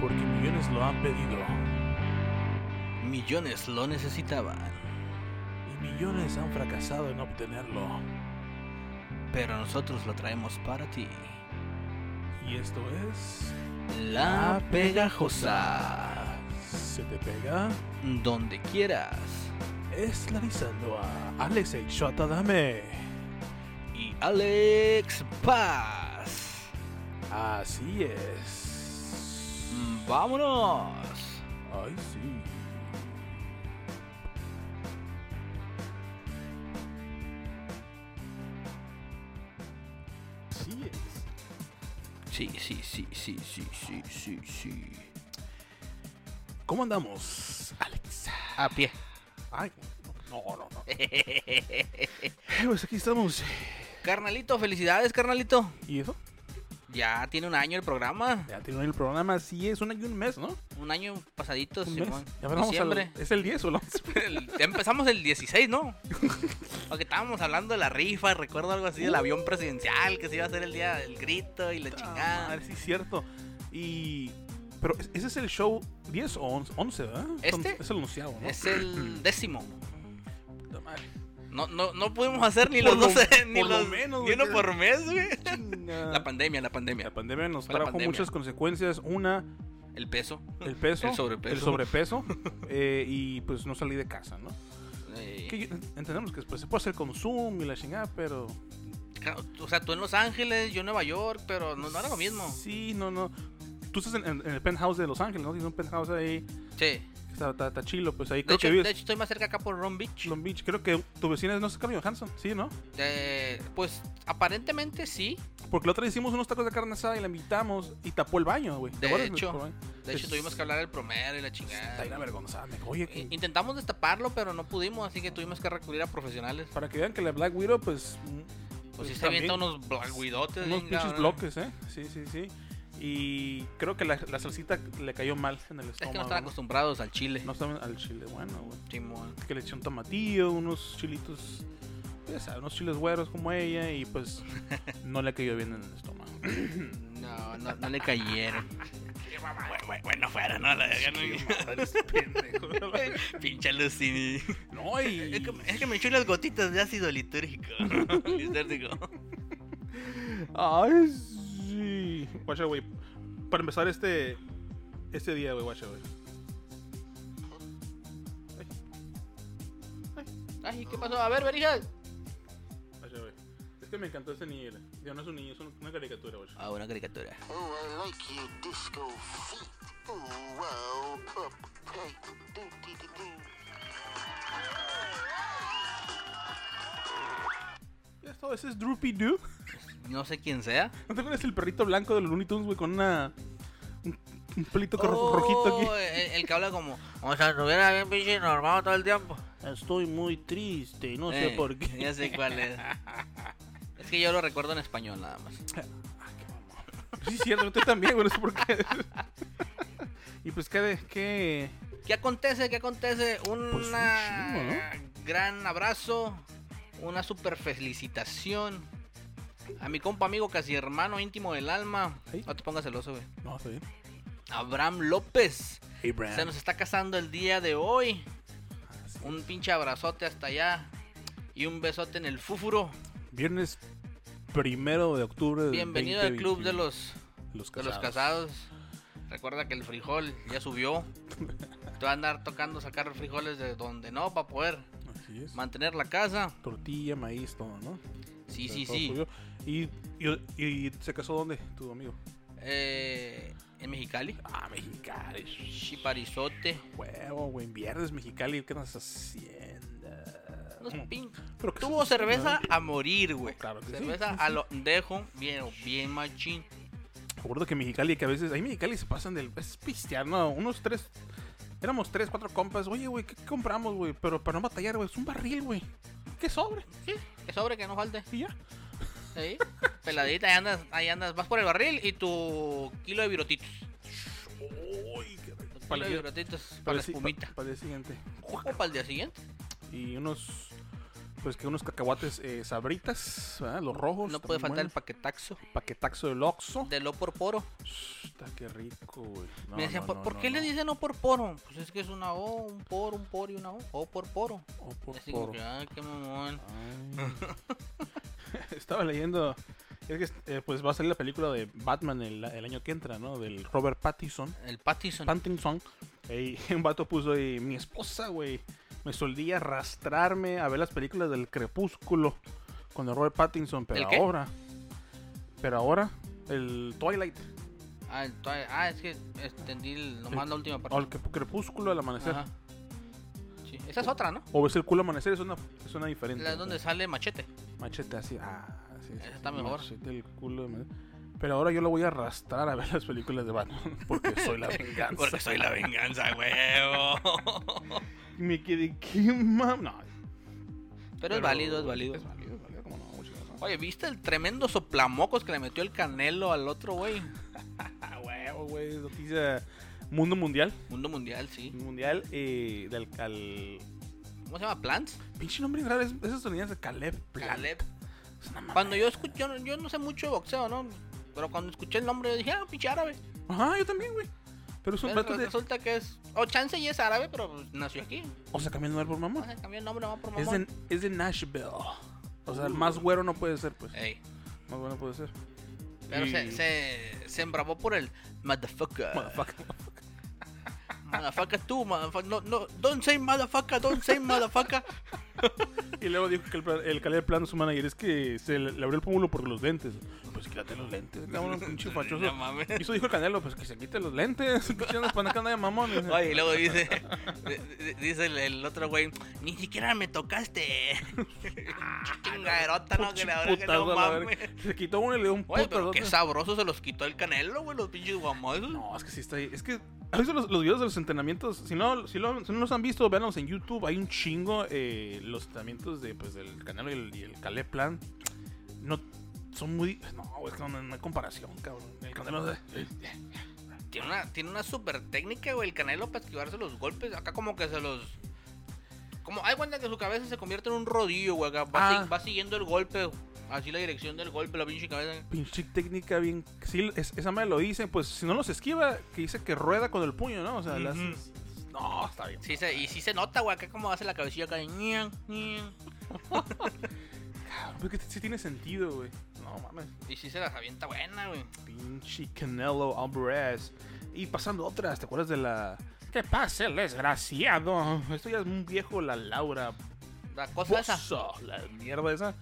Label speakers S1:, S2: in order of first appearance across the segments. S1: porque millones lo han pedido
S2: Millones lo necesitaban,
S1: y millones han fracasado en obtenerlo.
S2: pero nosotros lo traemos para ti.
S1: Y esto es...
S2: La Pegajosa.
S1: Se te pega
S2: Donde quieras.
S1: esclavizando a Alex Shota Dame.
S2: Y Alex Paz.
S1: Así es.
S2: Vámonos.
S1: Ay, sí. Así es.
S2: Sí, sí, sí, sí, sí, sí, sí, sí.
S1: ¿Cómo andamos, Alex?
S2: A pie.
S1: Ay, no, no, no. Pues aquí estamos.
S2: carnalito, felicidades, carnalito.
S1: ¿Y eso?
S2: Ya tiene un año el programa.
S1: Ya tiene el programa, así es, un año y un mes, ¿no?
S2: Un año pasadito,
S1: Un
S2: Simón.
S1: mes. Ya vamos al-
S2: Pues Diciembre.
S1: es el 10 o el 11.
S2: El- ya empezamos el 16, ¿no? Porque estábamos hablando de la rifa, recuerdo algo así del avión presidencial, que se iba a hacer el día del grito y la
S1: A
S2: chingada.
S1: ver si es Ah, cierto. Y. Pero es- ese es el show 10 o 11, 11, ¿verdad? Son-
S2: ¿Este?
S1: Es el anunciado, ¿no?
S2: Es el décimo.
S1: Puta madre.
S2: No, no, no pudimos hacer ni
S1: Por lo-
S2: los 12, ni
S1: por lo
S2: los
S1: menos, güey.
S2: ni uno por mes, güey.
S1: Chinga.
S2: La pandemia, la pandemia.
S1: La pandemia nos
S2: Fue la
S1: trajo
S2: pandemia.
S1: muchas consecuencias. Una,
S2: El peso.
S1: el peso.
S2: El sobrepeso.
S1: el sobrepeso, eh, y pues no salí de casa, ¿no?
S2: Eh,
S1: Que yo- entendemos que pues, se puede hacer con Zoom y la chingada, pero.
S2: Pues, claro, o sea, tú en Los Ángeles, yo en Nueva York, pero no, no era lo mismo.
S1: Sí, no, no. Tú estás en, en- en el penthouse de Los Ángeles, ¿no? Tienes un penthouse ahí.
S2: Sí.
S1: que Está, está, está chilo, pues ahí
S2: De
S1: creo
S2: hecho,
S1: que
S2: de
S1: vives.
S2: hecho, estoy más cerca acá por Ron Beach.
S1: Long Beach. Creo que tu vecina es, no sé, Carmen Johansson, ¿sí, no?
S2: Eh, pues aparentemente sí.
S1: Porque la otra vez hicimos unos tacos de carne asada y la invitamos y tapó el baño, güey. ¿Te
S2: De
S1: acuerdas?
S2: hecho,
S1: Por-
S2: De hecho,
S1: Es-
S2: tuvimos que hablar del promedio y la chingada.
S1: Está bien avergonzada, me dijo, Oye, que-
S2: I- Eh, Intentamos destaparlo, pero no pudimos, así que tuvimos que recurrir a profesionales.
S1: para que vean que la Black Widow, pues.
S2: Pues sí, se
S1: también
S2: avienta unos blaguidotes.
S1: Unos
S2: bien
S1: pinches
S2: cabrón.
S1: bloques, ¿eh? Sí, sí, sí. Y creo que la, la salsita le cayó mal en el estómago.
S2: Es que no están acostumbrados al chile.
S1: No estaban al chile, bueno, güey.
S2: Simón.
S1: Que le eché un tomatillo, unos chilitos. Ya sabes, unos chiles güeros como ella y pues no le cayó bien en el estómago.
S2: No, no, no le cayeron. bueno, fuera, ¿no? Pinche Lucini.
S1: no, y...
S2: Es que, es que me echó unas gotitas de ácido litúrgico. Lisérgico.
S1: Ay, sí. Guacha, güey. Para empezar este. Este día, güey, guacha, güey.
S2: Ay, ¿qué pasó? A ver, verijas.
S1: Guacha, güey. Es que me encantó este niño. güey. Digo, no es un niño, es un- una caricatura, güey.
S2: Ah, una caricatura.
S3: Oh, I like your disco feet. Ooh, wow, up, tight, do, do, do, do.
S1: Ya está, ese es Droopy Doo.
S2: No sé quién sea.
S1: ¿No te acuerdas el perrito blanco de los Looney Tunes, güey, con una. Un, un pelito cor- rojito aquí?
S2: Oh, El, el que habla como. O sea, estuviera bien pinche normal todo el tiempo.
S1: Estoy muy triste, no
S2: Eh, Ya sé cuál es. Es que yo lo recuerdo en español nada más.
S1: Ah, Sí, es cierto, tú también, güey, no sé por qué. y pues, ¿qué. de- qué...
S2: ¿Qué acontece? ¿Qué acontece? Una
S1: Pues un chingo,
S2: gran abrazo, una super felicitación a mi compa amigo, casi hermano íntimo del alma.
S1: Ay.
S2: No te pongas celoso, güey.
S1: No, está bien.
S2: Abraham López
S1: Hey,
S2: se nos está casando el día de hoy. Un pinche abrazote hasta allá y un besote en el fúfuro.
S1: Viernes primero de octubre del
S2: Bienvenido al club de
S1: 2021.
S2: los
S1: Los
S2: de los casados. Recuerda que el frijol ya subió. Te va a andar tocando sacar frijoles de donde no para poder
S1: Así es.
S2: mantener la casa.
S1: Tortilla, maíz, todo, ¿no?
S2: Sí,
S1: Todo-
S2: sí,
S1: todo
S2: sí.
S1: suyo. ¿Y, y, y se casó dónde tu amigo?
S2: Eh, en Mexicali.
S1: Ah, Mexicali.
S2: Chiparizote.
S1: Huevo, güey. Viernes Mexicali, ¿qué nos hacienda?
S2: Unos pin-
S1: Pero que
S2: Mm. Tuvo
S1: se-
S2: cerveza a morir, güey.
S1: Claro que sí,
S2: cerveza
S1: sí,
S2: a lo dejo bien, bien machín.
S1: Recuerdo que Mexicali, que a veces. Ahí Mexicali se pasan del. Es pistear, ¿no? Unos tres. Éramos tres, cuatro compas. Oye, güey, ¿qué compramos, güey? Pero para no batallar, güey, es un barril, güey. ¿Qué sobre?
S2: Sí, que sobre que no falte.
S1: Y ya.
S2: Ahí, peladita, ahí andas, ahí andas. Vas por el barril y tu kilo de virotitos.
S1: Uy, qué rico. Para
S2: Tu Kilo
S1: el
S2: de
S1: día-
S2: virotitos para
S1: para
S2: la
S1: el si-
S2: espumita.
S1: Para el día siguiente.
S2: O para el día siguiente.
S1: Y unos. Pues que unos cacahuates eh, sabritas, ¿verdad? los rojos.
S2: No puede
S1: también
S2: faltar el
S1: buenos.
S2: paquetaxo
S1: paquetaxo del Oxxo.
S2: de lo por poro.
S1: Está qué rico, güey. No,
S2: Me decían,
S1: no,
S2: ¿por,
S1: no,
S2: por
S1: no,
S2: qué le
S1: no.
S2: dicen O por poro? Pues es que es una O, un por, un por y una O. O por poro.
S1: Oh, por
S2: Así como
S1: favor.
S2: que, ay, qué mamón.
S1: Ay. Estaba leyendo. Es que eh, pues va a salir la película de Batman el, el año que entra, ¿no? Del Robert Pattinson.
S2: El Pattinson.
S1: Pattinson. Y un vato puso ahí, mi esposa, güey. Me solía arrastrarme a ver las películas del Crepúsculo con el Robert Pattinson, pero
S2: ¿El qué?
S1: ahora. Pero ahora, el Twilight.
S2: Ah, el toa- ah, es que entendí el- nomás
S1: El-
S2: la última
S1: O el
S2: parte.
S1: crep- Crepúsculo al amanecer.
S2: Ajá. Sí, Esa es otra, ¿no?
S1: O ves el culo amanecer, es una, es una diferente.
S2: La donde sale machete.
S1: Machete así. Ah, sí, sí,
S2: Esa
S1: sí,
S2: está mejor.
S1: Machete el culo de madre. Pero ahora yo lo voy a arrastrar a ver las películas de Batman. Porque soy la venganza.
S2: Porque soy la venganza, huevo.
S1: Me quedé qué mam. No,
S2: Pero es válido, es válido.
S1: Es válido, es válido. Como no, mucho más, ¿no?
S2: Oye, ¿viste el tremendo soplamocos que le metió el canelo al otro, güey?
S1: Ah, huevo, güey. es Noticia. Mundo mundial.
S2: Mundo mundial, sí.
S1: Mundial eh, del al.
S2: ¿Cómo se llama? ¿Plants?
S1: Pinche nombre raro. Es, es estadounidense. Caleb. Plant.
S2: Caleb.
S1: Es una mamá.
S2: Cuando yo escuché, yo, no- yo no sé mucho de boxeo, ¿no? Pero cuando escuché el nombre, yo dije, ah, pinche árabe.
S1: Ajá, yo también, güey. Pero es un
S2: Pero
S1: vato de.
S2: resulta que es. O chance y es árabe, pero pues, nació aquí.
S1: O sea, cambiando el nombre por
S2: O
S1: mamón.
S2: sea, cambió el nombre nomás por
S1: Es
S2: mamón. Uh.
S1: de, es de Nashville. O sea, el más güero no puede ser, pues.
S2: Ey,
S1: Más bueno puede ser.
S2: pero se,
S1: Y-
S2: se, se embravó por el motherfucker.
S1: Motherfucker.
S2: Motherfucker tú, motherfucker. No, no, don't say motherfucker, don't say motherfucker.
S1: Y luego dijo que el, pla- el calidad plano de su manager es que se le, le abrió el pómulo por los lentes. Pues quítate los lentes, cabrón, pinche fachoso.
S2: No mames.
S1: Y eso dijo el Canelo, pues que se quite los lentes. Pinche andas para acá, anda de mamón.
S2: Oye, y luego dice, di- di- dice el, el otro güey, ni siquiera me tocaste. Chingaderota, no, que
S1: Pinche
S2: le habrá que no
S1: putazo a la verga.
S2: mames.
S1: Se quitó uno y le dio un
S2: Oye, pero
S1: puto.
S2: qué sabroso se los quitó el canelo, güey, los pinches guamazos.
S1: No, es que sí está ahí. Es que, ¿has visto los, los videos de los entrenamientos? Si no, si, lo- si no los han visto, véanlos en YouTube. Hay un chingo eh, los entrenamientos de, pues, del Canelo y el, y el Caleb Plan. No, son muy... No, es que no, no hay comparación, cabrón. El Canelo... eh,
S2: Tiene una, tiene una super técnica, güey, el canelo para esquivarse los golpes. Acá como que se los. Como hay cuenta que su cabeza se convierte en un rodillo, güey. Acá va,
S1: Ah.
S2: si- va siguiendo el golpe, así la dirección del golpe, la pinche cabeza.
S1: pinche técnica bien. Sí, es- esa madre lo dice, pues si no los esquiva, que dice que rueda con el puño, ¿no? O sea, le
S2: Ujú.
S1: haces- No, está bien.
S2: Sí se, y sí se nota, güey, acá como hace la cabecilla acá de ñan, ñan.
S1: Cabrón, pero que sí tiene sentido, güey. No mames.
S2: Y sí se las avienta buena, güey.
S1: Pinche Canelo Alvarez. Y pasando otras, ¿te acuerdas de la. ¿Qué pasa, el desgraciado? Esto ya es un viejo, la Laura
S2: La cosa esa.
S1: Bozo. La mierda esa.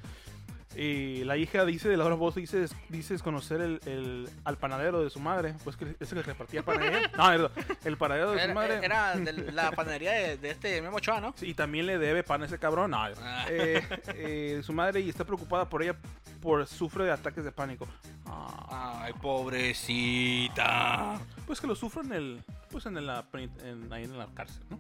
S1: Y la hija dice de Laura Bozo, dice, dice desconocer el, el- al panadero de su madre. Pues que es el que repartía pan a ella. No, perdón, el panadero de su
S2: Era,
S1: madre.
S2: era de la panadería de, de este Memo Ochoa, ¿no?
S1: Sí, y también le debe pan a ese cabrón. No,
S2: Ah.
S1: eh, eh, su madre y está preocupada por ella por sufre de ataques de pánico. Ah,
S2: Ay, pobrecita.
S1: pues que lo sufre en el, pues en la, penit- en- ahí en la cárcel, ¿no?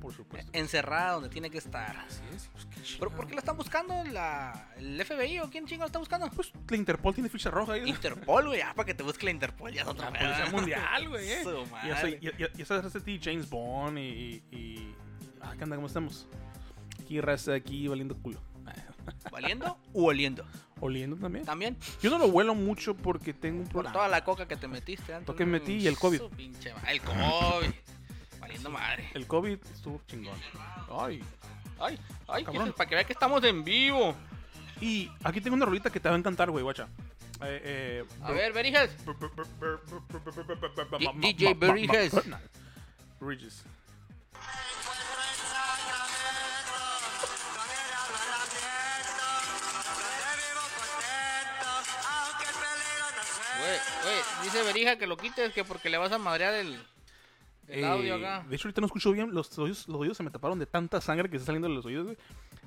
S1: Por supuesto.
S2: Encerrada donde tiene que estar.
S1: Así es. Pues, qué
S2: ¿Pero
S1: chingado.
S2: por qué la están buscando? ¿La, ¿El FBI o quién chingo la está buscando?
S1: Pues la Interpol tiene ficha roja ahí.
S2: Interpol, güey. Ah, para que te busque la Interpol, ya es otra
S1: La policía
S2: pedo.
S1: mundial, güey. eh.
S2: Su
S1: Y ya
S2: madre.
S1: soy- ya- ya- ya sabes, este tío James Bond y, y, y- Ah, ¿qué onda? ¿Cómo estamos? Aquí raza, aquí valiendo culo.
S2: ¿Valiendo u oliendo?
S1: Oliendo también.
S2: También.
S1: Yo no lo vuelo mucho porque tengo un
S2: Por
S1: problema.
S2: toda la coca que te metiste antes.
S1: Lo que
S2: ¿no?
S1: metí y el COVID.
S2: Su pinche ma- El COVID. Valiendo madre.
S1: El COVID estuvo chingón. Ay.
S2: Ay, ay,
S1: Cabrón.
S2: para que vean que estamos en vivo.
S1: Y aquí tengo una rolita que te va a encantar, güey, guacha. Eh, eh,
S2: A ver, Berijas.
S1: br-
S2: D- DJ Bridges.
S1: Bridges.
S2: Güey, güey, dice Berija que lo quites que porque le vas a madrear el, el
S1: Eh,
S2: audio acá.
S1: de hecho, ahorita no escucho bien. Los oídos, los oídos se me taparon de tanta sangre que está saliendo de los oídos, güey.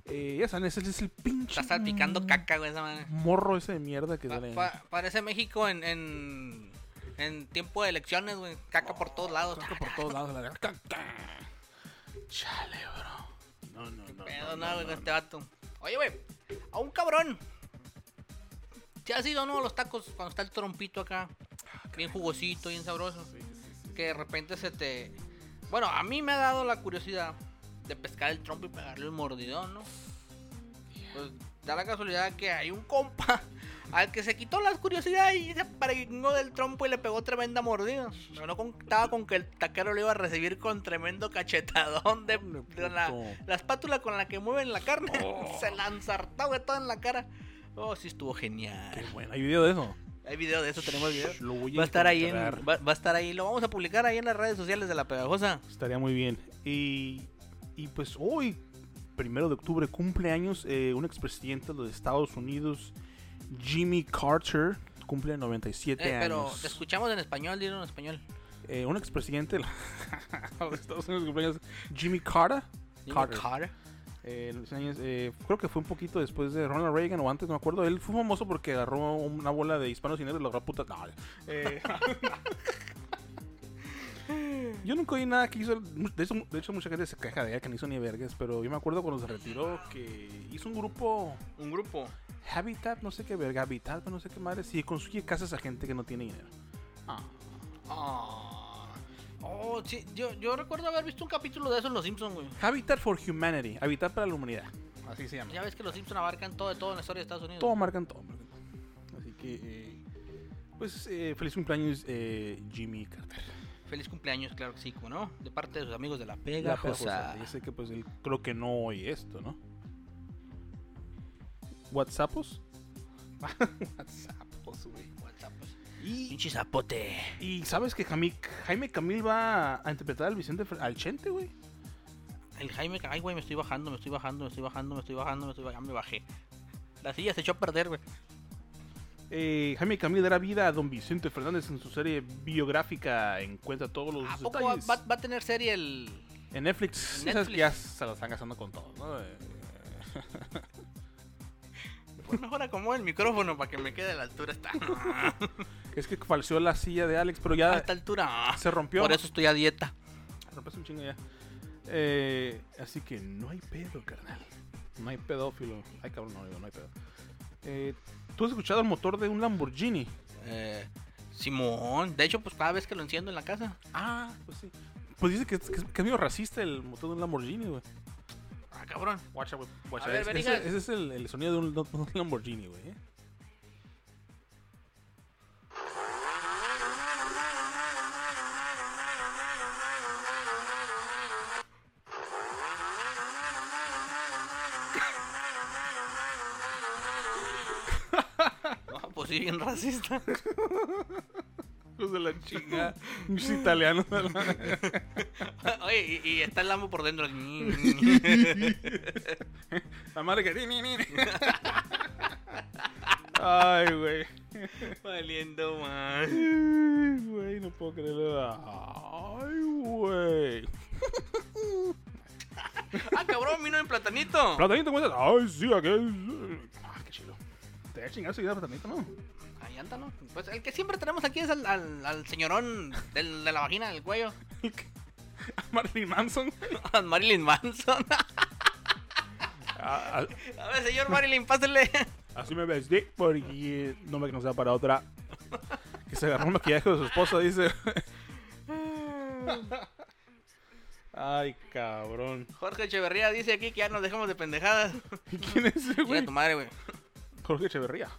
S1: Eh, ya saben, ese es el pinche.
S2: Está salpicando caca, güey, esa madre.
S1: Morro ese de mierda que
S2: Pa-
S1: sale.
S2: pa- parece México en, en, en tiempo de elecciones, güey. Caca por todos lados.
S1: Caca por todos lados. la verga. Caca. Chale, bro. No, no, no.
S2: Pedo,
S1: no,
S2: nada,
S1: no,
S2: güey,
S1: no,
S2: con este vato. Oye, güey, a un cabrón. ¿Te has ido o no a los tacos cuando está el trompito acá?
S1: Ah,
S2: Bien jugosito, bien sabroso. Que de repente se te. Bueno, a mí me ha dado la curiosidad de pescar el trompo y pegarle un mordidón, ¿no? pues da la casualidad que hay un compa al que se quitó la curiosidad y se pregnó del trompo y le pegó tremenda mordida. Pero no contaba con que el taquero lo iba a recibir con tremendo cachetadón de, de la, la espátula con la que mueven la carne. se la ensartó de toda en la cara. Oh, sí estuvo
S1: Qué
S2: genial.
S1: bueno, hay video de eso.
S2: Hay video de eso, tenemos video.
S1: Lo voy
S2: Va a estar ahí en,
S1: encontrar.
S2: va, va a estar ahí, lo vamos a publicar ahí en las redes sociales de la pegajosa.
S1: Estaría muy bien. Y, y pues hoy, primero de octubre, cumpleaños eh, un expresidente de los Estados Unidos, Jimmy Carter, cumple 97
S2: Eh, pero
S1: años.
S2: te escuchamos en español, dilo en español.
S1: Eh, un expresidente de los Estados Unidos, cumpleaños, Jimmy Carter.
S2: Jimmy
S1: Carter.
S2: Carter.
S1: Eh, los años, eh, creo que fue un poquito después de Ronald Reagan o antes, no me acuerdo. Él fue famoso porque agarró una bola de hispanos y negros y la agarró a putas. No, eh, yo nunca oí nada que hizo. De hecho, de hecho, mucha gente se queja de él que no hizo ni vergas. Pero yo me acuerdo cuando se retiró que hizo un grupo
S2: Un grupo.
S1: Habitat, no sé qué verga, Habitat, no sé qué madre. Si construye casas a gente que no tiene dinero.
S2: Ah. Oh, sí, yo, yo recuerdo haber visto un capítulo de eso en Los Simpsons, güey.
S1: Habitat for Humanity, Habitat para la humanidad.
S2: Así se llama. Ya ves que Los Simpsons abarcan todo de todo en la historia de Estados Unidos.
S1: Todo marcan todo. marcan todo. Así que, eh, pues, eh, feliz cumpleaños, eh, Jimmy Carter.
S2: Feliz cumpleaños, claro que sí, como no. De parte de sus amigos de la
S1: La
S2: pega.
S1: pegajosa. Yo sé que, pues, él creo que no oye esto, ¿no? ¿WhatsAppos? WhatsAppos, güey. Y,
S2: Pinche zapote.
S1: y sabes que Jami- Jaime Camil va a interpretar al Vicente Fer- al Chente, güey.
S2: El Jaime, ay, güey, me estoy bajando, me estoy bajando, me estoy bajando, me estoy bajando, me estoy bajando, ya me bajé. La silla se echó a perder, güey.
S1: Eh, Jaime Camil dará vida a don Vicente Fernández en su serie biográfica. Encuentra todos los
S2: ¿A poco va,
S1: detalles.
S2: va- va a tener serie el.
S1: En Netflix,
S2: En
S1: ya sabes que ya
S2: Netflix.
S1: se la están gastando con todo, ¿no? Eh,
S2: Pues mejor acomodo el micrófono para que me quede a la altura. Está.
S1: Es que falseó la silla de Alex, pero ya
S2: A esta altura.
S1: Ah, se rompió.
S2: Por eso estoy a dieta.
S1: Rompes un chingo ya. Eh, así que no hay pedo, carnal. No hay pedófilo. Ay, cabrón, no, digo, no hay pedo. Eh, ¿Tú has escuchado el motor de un Lamborghini?
S2: Eh, Simón. De hecho, pues cada vez que lo enciendo en la casa.
S1: Ah, pues sí. Pues dice que, es- que es, que es medio racista el motor de un Lamborghini, güey.
S2: Ah, cabrón.
S1: Guacha, güey.
S2: A
S1: Guacha.
S2: ver,
S1: Es-
S2: ven,
S1: ese,
S2: hija.
S1: ese es el, el sonido de un, de un Lamborghini, güey. eh.
S2: No, pues sí, bien racista.
S1: Los de la chingada. Los italianos.
S2: Oye, y, y está el amo por dentro.
S1: La madre que. Ay, güey.
S2: Valiendo más.
S1: Ay, güey, no puedo creerlo. Ay, güey.
S2: Ah, cabrón, vino en platanito.
S1: Platanito, ¿cómo estás? Ay, sí, aquí. Ah, qué chido. Te voy a chingar seguida platanito, ¿no?
S2: Ahí anda, ¿no? Pues el que siempre tenemos aquí es al, al- al señorón del- de la vagina del cuello.
S1: Marilyn Manson.
S2: A Marilyn Manson.
S1: Ah, ah,
S2: A ver, señor Marilyn, pásele.
S1: así me vestí porque no me que no sea para otra. Que se agarró un maquillaje de su esposa, dice. Ay, cabrón.
S2: Jorge Echeverría dice aquí que ya nos dejamos de pendejadas.
S1: ¿Y quién es ese,
S2: Mira
S1: güey?
S2: tu madre, güey.
S1: Jorge Echeverría.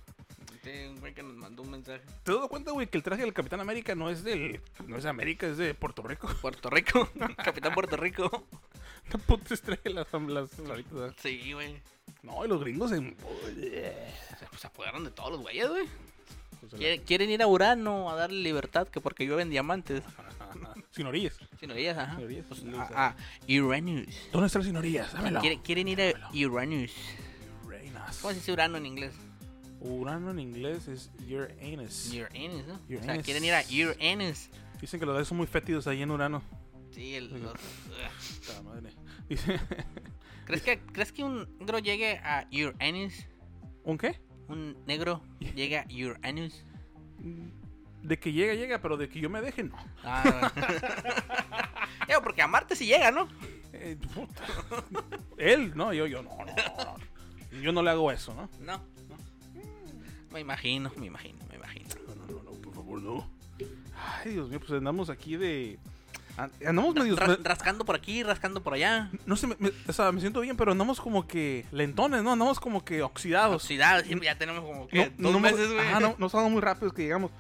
S2: Sí, un güey que nos mandó un mensaje.
S1: ¿Te has dado cuenta, güey, que el traje del Capitán América no es del. No es de América, es de Puerto Rico?
S2: Puerto Rico. Capitán Puerto Rico.
S1: Esta puta estrella las, las floritas.
S2: Sí, güey.
S1: No, y los gringos en.
S2: Se, pues, se apoderaron de todos los güeyes, güey. Quieren, quieren ir a Urano a darle libertad, que porque llueven diamantes.
S1: Sin orillas.
S2: Sin orillas, ajá.
S1: Sin orillas.
S2: Pues, a, a Uranus.
S1: ¿Dónde están las sin orillas? Dámelo.
S2: Quieren, quieren ir a Uranus.
S1: Uranus.
S2: ¿Cómo se dice Urano en inglés?
S1: Urano en inglés es your anus.
S2: Uranus, ¿no? O sea,
S1: Uranus.
S2: quieren ir a Uranus.
S1: Dicen que los gatos son muy fétidos ahí en Urano.
S2: Sí, el, los- ugh.
S1: Puta madre. Dice.
S2: ¿Crees que, ¿Crees que un negro llegue a Uranus?
S1: ¿Un qué?
S2: ¿Un negro llegue a Uranus?
S1: De que llega, llega, pero de que yo me deje, no.
S2: Ah, Digo, porque a Marte sí llega, ¿no?
S1: Eh, puta. Él, no, yo, yo, no, no, no, no. Yo no le hago eso, ¿no?
S2: No. Me imagino, me imagino, me imagino.
S1: No, no, no, no, por favor, no. Ay, Dios mío, pues andamos aquí de. an- Andamos medio.
S2: Ras- rascando por aquí, rascando por allá.
S1: No sé, me, me- o sea, me siento bien, pero andamos como que lentones, ¿no? Andamos como que oxidados.
S2: Oxidad, y ya tenemos como que
S1: no,
S2: dos
S1: no hemos-
S2: meses, güey.
S1: ajá, no, nos vamos muy rápidos que llegamos.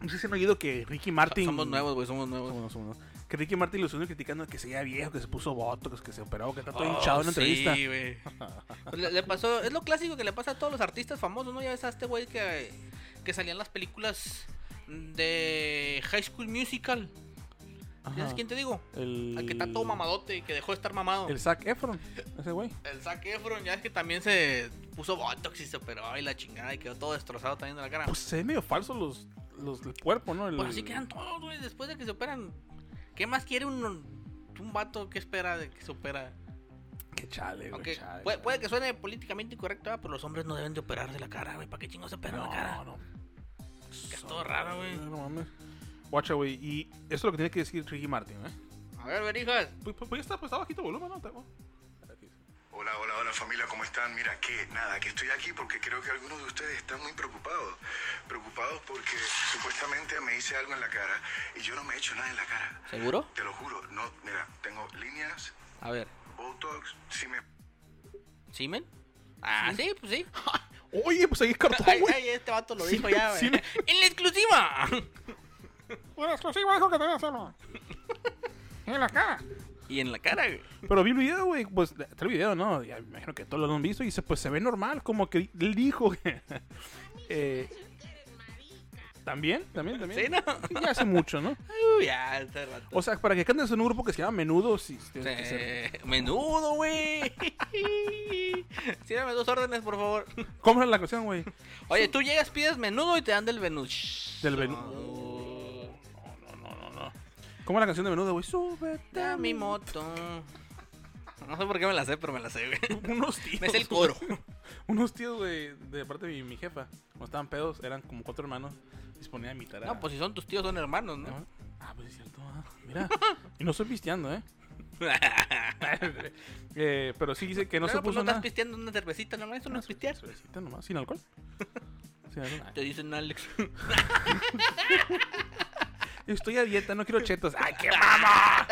S1: No sé si han oído que Ricky Martin.
S2: Somos nuevos, güey, somos nuevos.
S1: Somos, somos, ¿no? Que Ricky Martin lo estuvieron criticando de que se veía viejo, que se puso botox, que se operó, que está todo
S2: Oh,
S1: hinchado en la
S2: sí,
S1: entrevista.
S2: güey. le, le pasó, es lo clásico que le pasa a todos los artistas famosos, ¿no? Ya ves a este güey que, que salían las películas de High School Musical.
S1: Ajá.
S2: ¿Sabes quién te digo?
S1: El...
S2: Al que está todo mamadote y que dejó de estar mamado.
S1: El
S2: El,
S1: Zac Efron, ese güey.
S2: Zac Efron, ya es que también se puso botox y se operó y la chingada y quedó todo destrozado también de la cara.
S1: Pues
S2: Pues,
S1: se ve medio falso los, los, el cuerpo, ¿no? El-
S2: así quedan todos, güey, después de que se operan. ¿Qué más quiere un, un vato que espera de que se opera?
S1: Qué chale, güey.
S2: Aunque
S1: chale,
S2: puede,
S1: chale.
S2: puede que suene políticamente incorrecto, ah, pero los hombres no deben de operarse la cara, güey. ¿Para qué chingos se operan la cara?
S1: No, no.
S2: Que es todo raro, güey.
S1: No mames. Guacha, güey. Y eso es lo que tiene que decir Ricky Martin, ¿eh?
S2: A ver, verijas.
S1: Pues, pues, pues ya está, pues está bajito volumen, ¿no? Está-
S4: Hola, hola, hola familia, ¿cómo están? Mira, que nada, que estoy aquí porque creo que algunos de ustedes están muy preocupados. Preocupados porque supuestamente me hice algo en la cara y yo no me he hecho nada en la cara.
S2: ¿Seguro?
S4: Te lo juro, no, mira, tengo líneas,
S2: A ver.
S4: botox, si me...
S2: ¿Simen? Ah, sí, pues sí.
S1: Oye, pues ahí es cartón,
S2: Ay,
S1: güey.
S2: ay, este vato lo
S1: Sí,
S2: dijo ya, güey.
S1: sí, me-
S2: ¡En la exclusiva!
S5: Una exclusiva dijo que debía hacerlo. En la cara.
S2: Y en la cara, güey.
S1: Pero vi el video, güey. Pues está el video, ¿no? Ya me imagino que todos lo han visto. Y dice, pues se ve normal, como que él dijo. que- eh, también, también, también.
S2: Sí, ¿no?
S1: Ya hace mucho, ¿no?
S2: Ay, ya, este rato.
S1: O sea, para que cantes en un grupo que se llama Menudo, sí, sí tienes que ser.
S2: Eh, menudo, güey. Sírame dos órdenes, por favor.
S1: ¿Cómo era la canción, güey?
S2: Oye, tú llegas, pides menudo y te dan del venush.
S1: Del Menudo. No, no, no, no. ¿Cómo era la canción de Menudo, güey? Súbete
S2: Da mi moto. No sé por qué me la sé, pero me la sé, güey.
S1: Unos tíos.
S2: Me sé el coro.
S1: Unos tíos, güey, de parte de mi, mi jefa. Cuando estaban pedos, eran como cuatro hermanos. Y se ponían a imitar a...
S2: No, pues si son tus tíos, son hermanos, ¿no?
S1: ¿no? Ah, pues es cierto. ah, Mira. y no estoy pisteando, ¿eh? Eh, Pero sí dice que no
S2: Claro,
S1: se
S2: pues
S1: puso
S2: no estás
S1: nada.
S2: pisteando una cervecita nomás, eso no es pistear.
S1: Cervecita nomás, sin alcohol. Sin alcohol.
S2: Te dicen Alex.
S1: Estoy a dieta, no quiero chetos. ¡Ay, qué mama!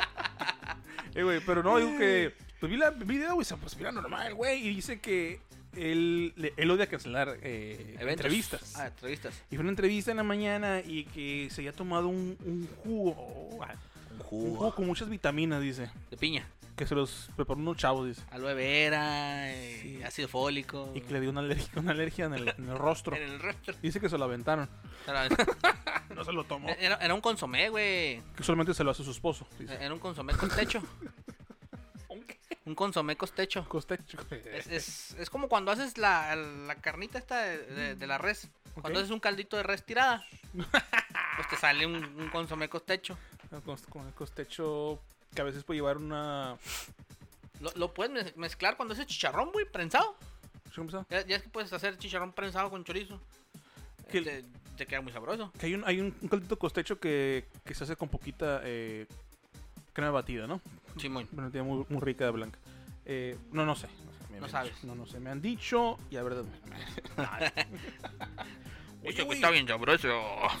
S1: eh, güey, pero no, digo que. Pues vi la vi video, güey, se pues mira normal, güey. Y dice que él, le- él odia cancelar eh,
S2: Eventos.
S1: entrevistas.
S2: Ah, entrevistas.
S1: Y fue una entrevista en la mañana y que se había tomado un, un jugo. ah,
S2: Un
S1: Un jugo con muchas vitaminas, dice.
S2: De piña.
S1: Que se los preparó unos chavos, dice.
S2: Aloe vera, eh,
S1: Sí.
S2: ácido fólico.
S1: Y que le dio una alergia, una alergia en, el, en el rostro.
S2: En el rostro.
S1: Dice que se lo aventaron.
S2: Era,
S1: No se lo tomó.
S2: era- era un consomé, güey.
S1: Que solamente se lo hace su esposo. Dice.
S2: Era un consomé costecho. Un consomé costecho.
S1: Costecho.
S2: Es, es, es como cuando haces la, la carnita esta de, de- de la res.
S1: Ok.
S2: Cuando haces un caldito de res tirada, pues te sale un, un consomé costecho.
S1: No, Con, con el costecho que a veces puede llevar una...
S2: Lo, lo puedes mez- mezclar cuando haces chicharrón, güey, prensado.
S1: ¿cómo se llama?
S2: Ya, ya es que puedes hacer chicharrón prensado con chorizo.
S1: Que-
S2: Eh, Te, te queda muy sabroso.
S1: Que hay un, hay un, un caldito costecho que, que se hace con poquita eh, crema batida, ¿no?
S2: Simón.
S1: Bueno, tiene muy, muy rica de blanca. Eh, no, no sé. No, sé, me
S2: No
S1: habían
S2: sabes.
S1: dicho. No, no sé. Me han dicho y a ver... de-
S2: Oye, que
S1: güey.
S2: está bien sabroso.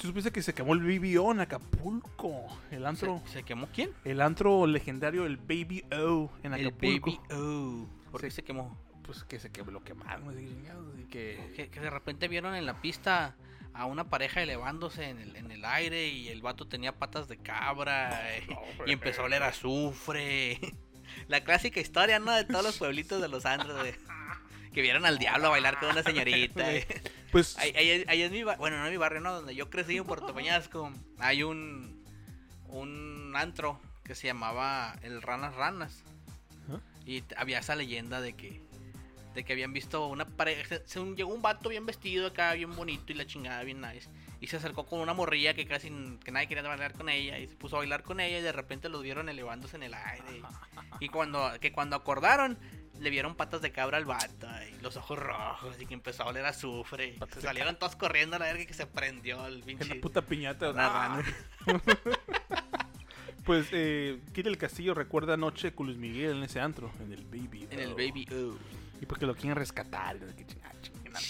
S1: Si supiste que se quemó el Baby O en Acapulco. El antro,
S2: ¿Se, se quemó quién?
S1: el antro legendario, el Baby O en
S2: El
S1: Acapulco.
S2: baby. Oh. ¿Por qué
S1: Sí.
S2: se quemó?
S1: Pues que se quemó, lo quemaron. así, chingados, Y que...
S2: eh, Que, que de repente vieron en la pista a una pareja elevándose en el, en el aire y el vato tenía patas de cabra eh, y empezó a oler a azufre. La clásica historia, ¿no? De todos los pueblitos de los Andros, de- que vieron al diablo a bailar con una señorita. eh.
S1: Pues...
S2: Ahí, ahí es- ahí es mi barrio, bueno, no es mi barrio, no, donde yo crecí en Puerto Peñasco. Hay un, un antro que se llamaba el Ranas Ranas.
S1: Ajá.
S2: Y t- había esa leyenda de que, de que habían visto una pareja, se- se- llegó un vato bien vestido acá, bien bonito y la chingada, bien nice. Y se acercó con una morrilla que casi n- que nadie quería bailar con ella y se puso a bailar con ella y de repente los vieron elevándose en el aire. Y cuando, que cuando acordaron, le vieron patas de cabra al vato y los ojos rojos y que empezó a oler a azufre. y
S1: Patas
S2: Se
S1: de
S2: salieron todos corriendo a la verga que se prendió el
S1: En la
S2: pinche.
S1: puta piñata.
S2: Una
S1: ¡ah!
S2: rana.
S1: Pues, eh, Kid del Castillo recuerda anoche con Luis Miguel en ese antro, en el Baby.
S2: En el
S1: Oh.
S2: baby. oh.
S1: Y porque lo quieren rescatar. y no sé qué chingada, chingada, madre.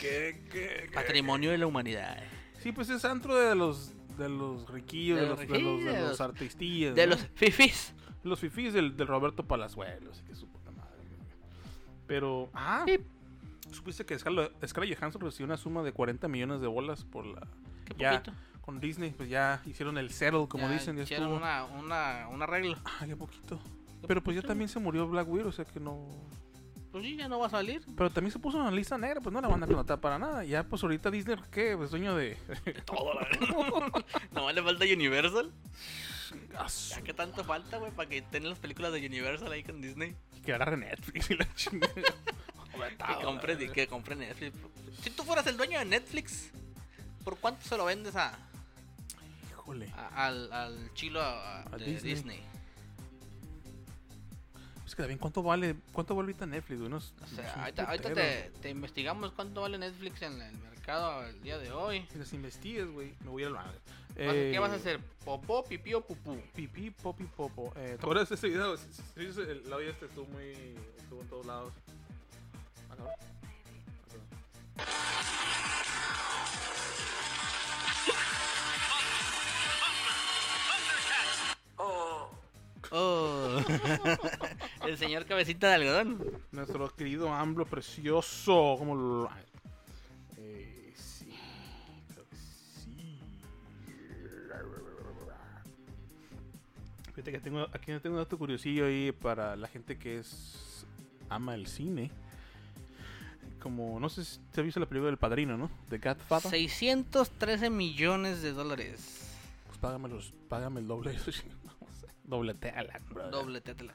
S1: ¿Qué, qué, qué?
S2: Patrimonio de la humanidad.
S1: Sí, pues es antro de los, de los riquillos, de,
S2: De
S1: los,
S2: los
S1: de los- de
S2: riquillos.
S1: los artistillas.
S2: De
S1: ¿no?
S2: los fifis.
S1: Los fifís del, del Roberto Palazuelos, que su puta madre. Pero, ah,
S2: Sí.
S1: supiste que Scarlett Scarlett Johansson recibió una suma de 40 millones de bolas por la.
S2: Qué
S1: Ya,
S2: poquito.
S1: con Disney, pues ya hicieron el settle, como
S2: Ya
S1: dicen, ya
S2: hicieron
S1: estuvo.
S2: una, una, un arreglo.
S1: Ah, qué poquito. Pero pues ya también se murió Black Widow, o sea que no.
S2: Pues sí, ya no va a salir.
S1: Pero también se puso en la lista negra, pues no la van a contratar para nada. Ya, pues ahorita Disney, ¿qué? Pues dueño de.
S2: Todo la Nomás le falta Universal.
S1: Ah, su-
S2: ¿Ya qué tanto falta, güey? Para que tengan las películas de Universal ahí con Disney.
S1: que agarre Netflix y la chingada. Ah,
S2: Que compren, y que compren Netflix. Si tú fueras el dueño de Netflix, ¿por cuánto se lo vendes a,
S1: Híjole.
S2: a- al, al chilo a-
S1: A
S2: de
S1: Disney.
S2: Disney.
S1: Es que también, ¿cuánto vale, cuánto vale ahorita Netflix? güey? Unos,
S2: O
S1: es un
S2: sea, ahorita, ahorita
S1: putero.
S2: te, te investigamos cuánto vale Netflix en el mercado el día de hoy.
S1: Si las investigues, güey, me voy a ir al madre.
S2: Vas a-
S1: Eh,
S2: ¿Qué vas a hacer? ¿Popó, pipí o pupú?
S1: Pipí, popi, popo. Eh, ¿Te acuerdas de ese video? Sí, sí, sí, sí, el audio este estuvo muy. estuvo en todos lados. Ah, cabrón. Ah, cabrón.
S2: Oh. el señor cabecita de algodón.
S1: Nuestro querido AMLO precioso, como lo... Eh, sí. Creo que sí. Fíjate que tengo, aquí tengo un dato curiosillo ahí para la gente que es ama el cine. Como, no sé si te has visto la película del Padrino, ¿no? De Godfather.
S2: 613 millones de dólares.
S1: Pues págame, los, págame el doble. Dobleteala, brother.
S2: Doble tetela.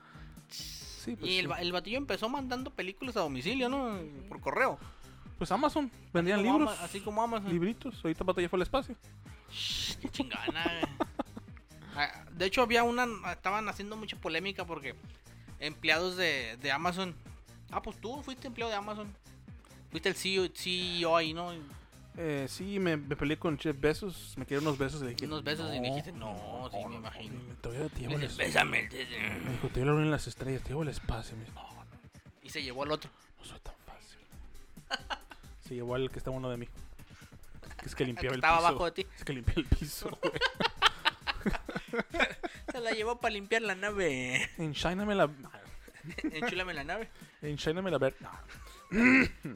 S1: Sí, pues,
S2: Y
S1: sí.
S2: el, ba- el batillo empezó mandando películas a domicilio, ¿no? Por correo.
S1: Pues Amazon, vendían
S2: Como
S1: libros.
S2: Ama- así como Amazon.
S1: Libritos. Ahorita Batalla fue el espacio.
S2: Shh, qué chingona, güey. Ah, De hecho, había una. Estaban haciendo mucha polémica porque empleados de, de Amazon. Ah, pues tú fuiste empleado de Amazon. Fuiste el E CEO, CEO ahí, ¿no?
S1: Eh, sí, me, me peleé con Jeff Besos, me quedé unos besos y le dije.
S2: Unos besos y le dijiste, no, sí, me imagino.
S1: dime, Todavía te
S2: Y
S1: llevo el
S2: dice,
S1: espacio.
S2: "Bésame".
S1: Me dijo, te llevo la luna en las estrellas, te llevo el espacio. Me dijo, no, no,
S2: Y se llevó al otro.
S1: no soy tan fácil. Se llevó al que estaba uno de mí. Es que limpiaba el
S2: estaba
S1: piso.
S2: abajo de ti.
S1: Es que limpiaba el piso. güey.
S2: Se la llevó para limpiar la nave.
S1: Enshíname la.
S2: Enchúlame la nave.
S1: Enshíname la ver. no.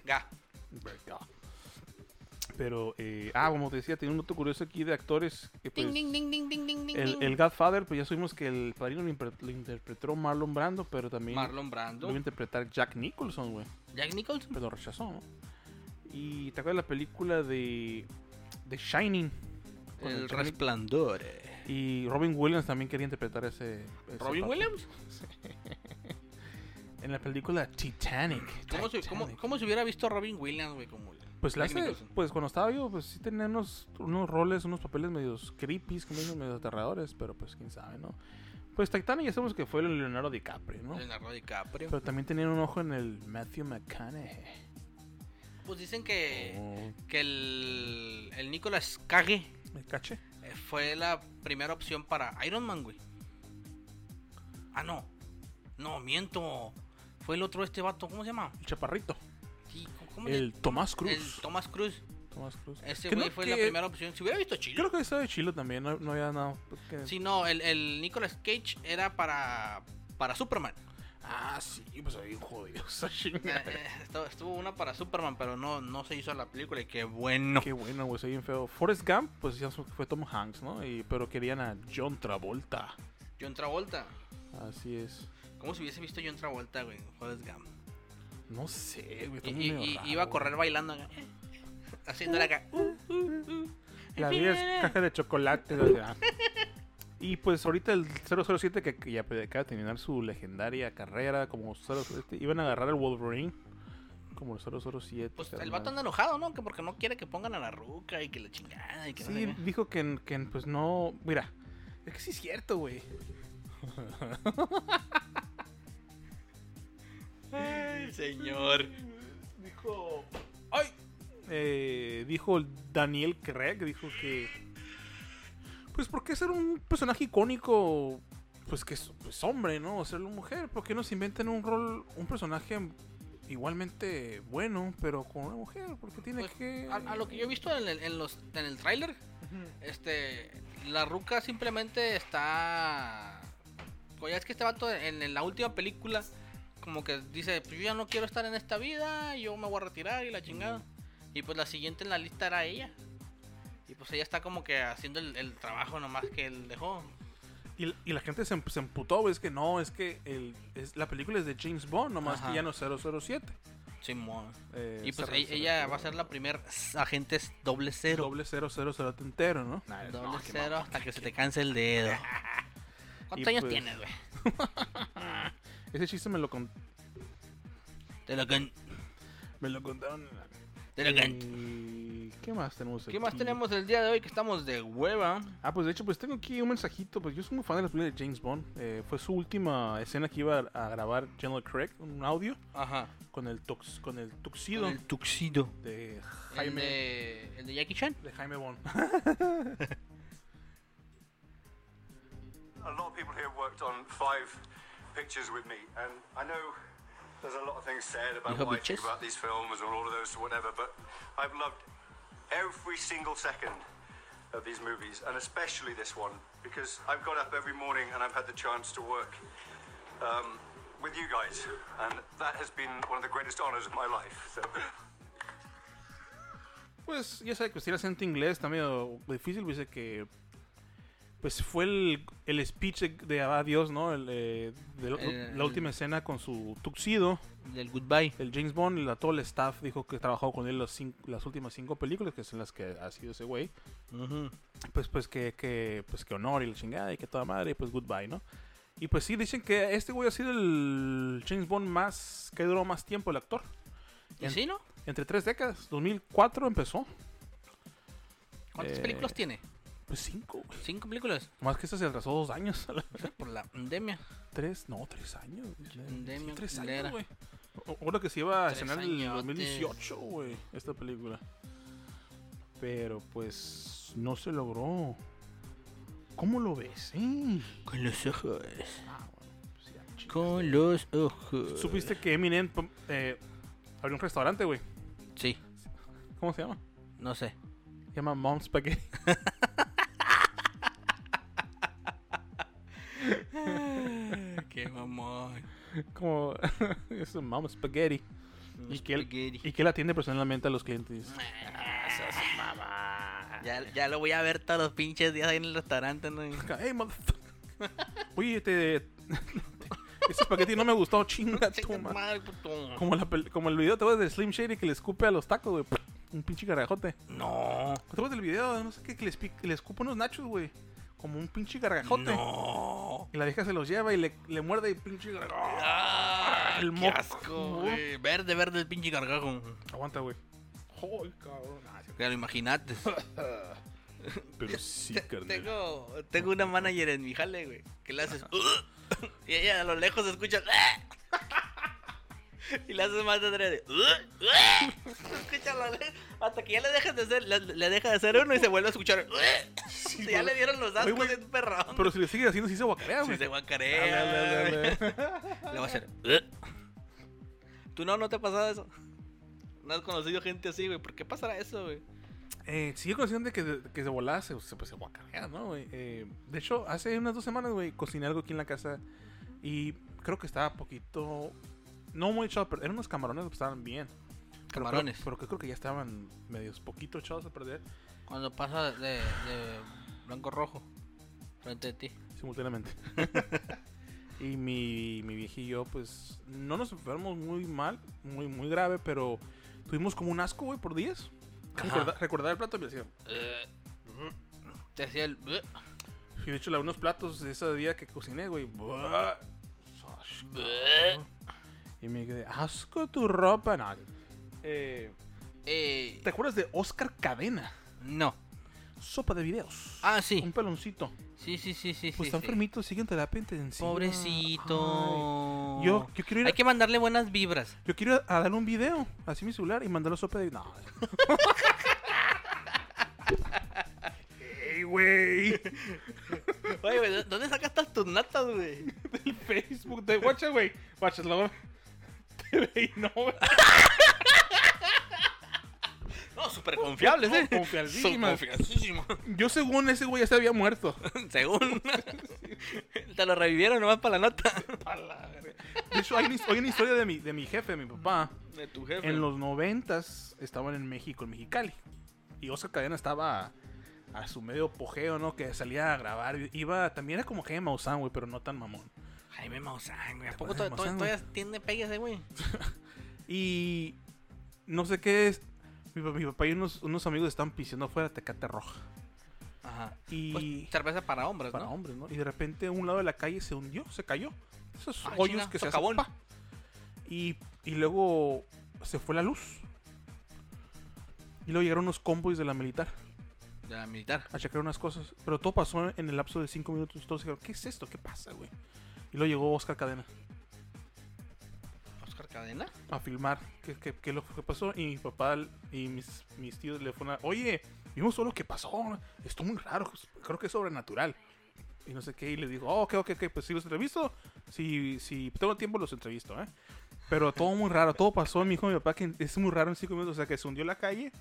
S2: Ga.
S1: Verga. Pero, eh, ah, como te decía, tenía un dato curioso aquí de actores. Que, pues,
S6: Ding, ding, ding, ding, ding, ding, ding.
S1: el, el Godfather, pues ya supimos que el padrino lo, impre- lo interpretó Marlon Brando, pero también
S2: Marlon
S1: lo iba a
S2: Brando.
S1: interpretar Jack Nicholson, güey.
S2: Jack Nicholson.
S1: Pero lo rechazó, ¿no? Y te acuerdas la película de The Shining. Con
S2: El
S1: Jack eh.
S2: resplandor.
S1: Nic- y Robin Williams también quería interpretar ese. ese
S2: ¿Robin
S1: papel.
S2: Williams?
S1: En la película Titanic.
S2: ¿Cómo se,
S1: Titanic.
S2: cómo- cómo se hubiera visto a Robin Williams, güey? Como el-
S1: Pues, la
S2: Jack
S1: hace-
S2: Nicholson?
S1: pues cuando estaba vivo, pues sí tenía unos, unos roles, unos papeles medios creepy, como dicen, medios aterradores, pero pues quién sabe, ¿no? Pues Titanic ya sabemos que fue el Leonardo DiCaprio, ¿no? Pues
S2: Leonardo DiCaprio.
S1: Pero también tenían un ojo en el Matthew McConaughey.
S2: Pues dicen que,
S1: Oh,
S2: que el, el Nicolas Cage
S1: ¿Me caché?
S2: eh, fue la primera opción para Iron Man, güey. Ah, no. No, miento. Fue el otro este vato. ¿Cómo se llama?
S1: El chaparrito.
S2: Sí, ¿cómo se-
S1: El Tomás Cruz.
S2: El Tomás Cruz.
S1: Tomás Cruz.
S2: Ese
S1: Que
S2: güey
S1: no-
S2: fue
S1: que-
S2: la primera opción. Si hubiera visto Chile.
S1: Creo que estaba de Chilo también, no, no había nada. pues, que-
S2: Sí, no, el, el Nicolas Cage era para, para Superman.
S1: Ah, sí, pues ahí jodido. esa
S2: Eh,
S1: chingada.
S2: eh, estuvo, estuvo una para Superman, pero no, no se hizo la película y qué bueno.
S1: Qué bueno, güey, soy bien feo. Forrest Gump, pues ya su- fue Tom Hanks, ¿no? Y, pero querían a John Travolta.
S2: John Travolta.
S1: Así es.
S2: ¿Cómo se hubiese visto John Travolta, güey? en Forrest Gump?
S1: No sé, güey. está
S2: Y,
S1: muy
S2: y-
S1: medio
S2: y-
S1: raro,
S2: iba a
S1: güey.
S2: correr bailando. acá, eh, Haciéndole acá. uh,
S1: La vida es caja de chocolate. o sea. Y pues ahorita el 007 que, que ya pues, acaba de terminar su legendaria carrera como 007, iban a agarrar el Wolverine como el 007.
S2: Pues el
S1: carnal.
S2: vato anda enojado, ¿no? Que porque no quiere que pongan a la ruca y que la chingada y que no sé
S1: Sí,
S2: qué.
S1: dijo que, en- que en, pues no. Mira, es que sí es cierto, güey. pues.
S2: Ay, señor.
S1: Dijo. ¡Ay! Eh, dijo el Daniel Craig, dijo que. Pues, ¿por qué ser un personaje icónico? Pues que es pues, hombre, ¿no? O ser una mujer. ¿Por qué no se inventan un rol, un personaje igualmente bueno, pero con una mujer? Porque tiene
S2: Pues,
S1: que.
S2: A, a lo que yo he visto en el, en los, en el tráiler, Este, la ruca simplemente está. Oye, es que este vato en, en la última película, como que dice: Pues yo ya no quiero estar en esta vida, yo me voy a retirar y la chingada. Y pues la siguiente en la lista era ella. Y pues ella está como que haciendo el, el trabajo nomás que él dejó.
S1: Y, y la gente se, em- se emputó, güey, Es que no, es que el, es- la película es de James Bond, nomás
S2: Ajá.
S1: que ya no es 007.
S2: Simón.
S1: Eh,
S2: Y pues
S1: se-
S2: e-
S1: se-
S2: ella va a ser la primer s- agente s- doble cero.
S1: Doble 000 entero, ¿no?
S2: Doble cero hasta que se te canse el dedo. ¿Cuántos
S1: Y
S2: años
S1: pues-
S2: tienes, güey?
S1: Ese chiste me lo, con-
S2: Te lo can-
S1: me lo contaron. en la-
S2: te lo can-
S1: Y- ¿Qué más tenemos
S2: ¿Qué más
S1: aquí?
S2: tenemos el día de hoy que estamos de hueva?
S1: Ah, pues de hecho, pues tengo aquí un mensajito. Pues yo soy muy fan de las películas de James Bond. Eh, fue su última escena que iba a grabar General Craig, un audio,
S2: Ajá.
S1: con el, tux, con el tuxido
S2: El tuxido.
S1: de
S2: El
S1: Jaime.
S2: de, el de Jackie Chan.
S1: de Jaime Bond.
S6: A lot of people here worked on five pictures with me, and I know there's a lot of things said about
S2: You have
S6: what I think
S2: bitches?
S6: about these films and all of those, whatever, but I've loved every single second of uh, these movies, and especially this one, because I've got up every morning and I've had the chance to work um, with you guys, and that has been one of the greatest honors of my life. So.
S1: Pues ya sabe que usted el acento inglés está medio difícil, dice que pues fue el, el speech de, de adiós, ¿no? El, eh, de la-
S2: El-
S1: la última escena con su tuxido,
S2: Del Goodbye.
S1: el James Bond, la, todo el staff dijo que trabajó con él los cin- las últimas cinco películas, que son las que ha sido ese güey. Pues pues que, que pues que honor y la chingada y que toda madre, y pues goodbye, ¿no? Y pues sí, dicen que este güey ha sido el James Bond más que duró más tiempo el actor.
S2: ¿Y sí, no?
S1: Entre tres décadas, 2004 empezó,
S2: ¿Cuántas
S1: Eh,
S2: películas tiene?
S1: pues cinco, güey.
S2: ¿Cinco películas?
S1: Más que esto se atrasó dos años.
S2: Por la pandemia.
S1: tres, no, tres años. güey.
S2: Pandemia
S1: Sí, tres
S2: culera.
S1: años, güey. O- o- Uno que se iba a
S2: Tres
S1: estrenar en el
S2: añotes.
S1: 2018, güey, esta película. Pero pues no se logró. ¿Cómo lo ves? eh?
S2: Con los ojos.
S1: Ah, bueno, pues ya, chinga.
S2: Con los ojos.
S1: ¿Supiste que Eminem pum, eh, abrió un restaurante, güey?
S2: Sí,
S1: ¿Cómo se llama?
S2: no sé.
S1: Se llama Mom Spaghetti.
S2: Ah, Qué mamón.
S1: Como es un Mom Spaghetti.
S2: Mm.
S1: Y que, él,
S2: Spaghetti.
S1: y que él atiende personalmente a los clientes.
S2: Ya, ya lo voy a ver todos los pinches días ahí en el restaurante, ¿no?
S1: Hey, motherfucker. Oye, este. Ese espagueti no me gustó, chinga tu
S2: Chinga tu
S1: madre.
S2: madre, puto.
S1: Como, la pel- como el video, ¿te acuerdas de Slim Shady que le escupe a los tacos, güey? pues, Un pinche gargajote.
S2: No.
S1: ¿Te acuerdas del video? No sé qué, que le, espi- que le escupe unos nachos, güey. Como un pinche gargajote.
S2: No.
S1: Y la vieja se los lleva y le, le muerde y pinche gargajote.
S2: Ah,
S1: El
S2: qué
S1: moco.
S2: asco, güey. Verde, verde el pinche gargajo.
S1: Aguanta, güey. Joder, cabrón. Ah, sí.
S2: Claro, imagínate.
S1: Pero sí,
S2: Te-
S1: carnal.
S2: tengo, tengo una manager en mi jale, güey. Que le haces. uh, y ella a lo lejos escucha. uh, y le haces más de tres. de, uh, escucha a lo lejos, Hasta que ya le dejas de hacer, le, le deja de hacer uno y se vuelve a escuchar. Si ya
S1: güey.
S2: le dieron los datos
S1: Oye, güey,
S2: de un perrón.
S1: Pero si le sigues haciendo, sí se guacarea,
S2: Si
S1: güey.
S2: se
S1: Dale,
S2: guacarea.
S1: dale,
S2: güey.
S1: dale.
S2: Le va a hacer. ¿Tú no, no te ha pasado eso? No has conocido gente así, güey. ¿Por qué pasará eso, güey?
S1: Eh, sí, conocieron de que, de- que se volaba, se, se, pues, se guacarea, ¿no, güey? Eh, de hecho, hace unas dos semanas, güey, cociné algo aquí en la casa y creo que estaba poquito. No muy echado a perder. Eran unos camarones que estaban bien. Pero creo-
S2: Camarones.
S1: Pero, que creo que ya estaban medios poquito echados a perder
S2: Cuando pasa de, de blanco a rojo frente a ti.
S1: simultáneamente. y mi, mi vieja y yo, pues, no nos enfermos muy mal, muy, muy grave, pero tuvimos como un asco, güey, por días.
S2: Ajá.
S1: Recorda- recordaba el plato y me decía,
S2: Te hacía el.
S1: Y de hecho, la- unos platos de ese día que cociné, güey. ¡buah! Asco. Y me quedé, asco tu ropa. No. Eh,
S2: Eh,
S1: ¿Te acuerdas de Oscar Cadena?
S2: no.
S1: Sopa de videos.
S2: Ah, sí.
S1: Un peloncito.
S2: Sí, sí, sí, sí.
S1: Pues
S2: sí,
S1: está
S2: sí.
S1: enfermito, sigue en terapia intensiva.
S2: Pobrecito.
S1: Ay. Yo, yo quiero ir.
S2: Hay que mandarle buenas vibras.
S1: Yo quiero ir a darle un video, así mi celular, y mandarlo a sopa de. No. ¡Ey, güey!
S2: Oye, güey, ¿dó- ¿dónde sacaste tus natas, güey?
S1: Del Facebook de. Guacha, güey. Guacha, la TV y no, güey.
S2: No, súper Confiables, ¿eh?
S1: No, confiabilísimas.
S2: Son confiabilísimas.
S1: Yo según ese güey ya se había muerto.
S2: Según. Te lo revivieron nomás para la nota.
S1: De hecho, hay una, his- hay una historia de mi, de mi jefe, mi papá.
S2: De tu jefe.
S1: En los noventas estaban en México, en Mexicali. Y Oscar Cadena estaba a, a su medio pojeo, ¿no? Que salía a grabar. Iba, también era como Jaime Maussan, güey, pero no tan mamón.
S2: Jaime Maussan, güey. ¿A
S1: Te
S2: poco
S1: acuerdas
S2: to-
S1: de
S2: to-
S1: Maussan,
S2: todavía tiene pegues, güey?
S1: Y no sé qué es. Mi, pa- mi papá y unos, unos amigos estaban pisando afuera Tecate Roja.
S2: Ajá.
S1: Y
S2: Pues, cerveza para hombres,
S1: para
S2: ¿no?
S1: hombres, ¿no? Y de repente un lado de la calle se hundió, se cayó. Esos
S2: Ah,
S1: hoyos
S2: chinga,
S1: que se
S2: socavón.
S1: hacen. pa. Y, y luego se fue la luz. Y luego llegaron unos convoys de la militar
S2: De la militar.
S1: a checar unas cosas. Pero todo pasó en el lapso de 5 minutos. Todos dijeron, ¿qué es esto? ¿Qué pasa, güey? Y luego llegó Oscar Cadena
S2: Oscar Cadena.
S1: a filmar qué, qué, qué lo que pasó. Y mi papá y mis, mis tíos le fueron a, oye, vimos todo lo que pasó. Esto muy raro. Creo que es sobrenatural. Y no sé qué. Y le digo, oh, ok, ok, ok. Pues si los entrevisto, si, si tengo tiempo los entrevisto, ¿eh? Pero todo muy raro. Todo pasó. Me dijo mi papá que es muy raro en cinco minutos. O sea, que se hundió la calle.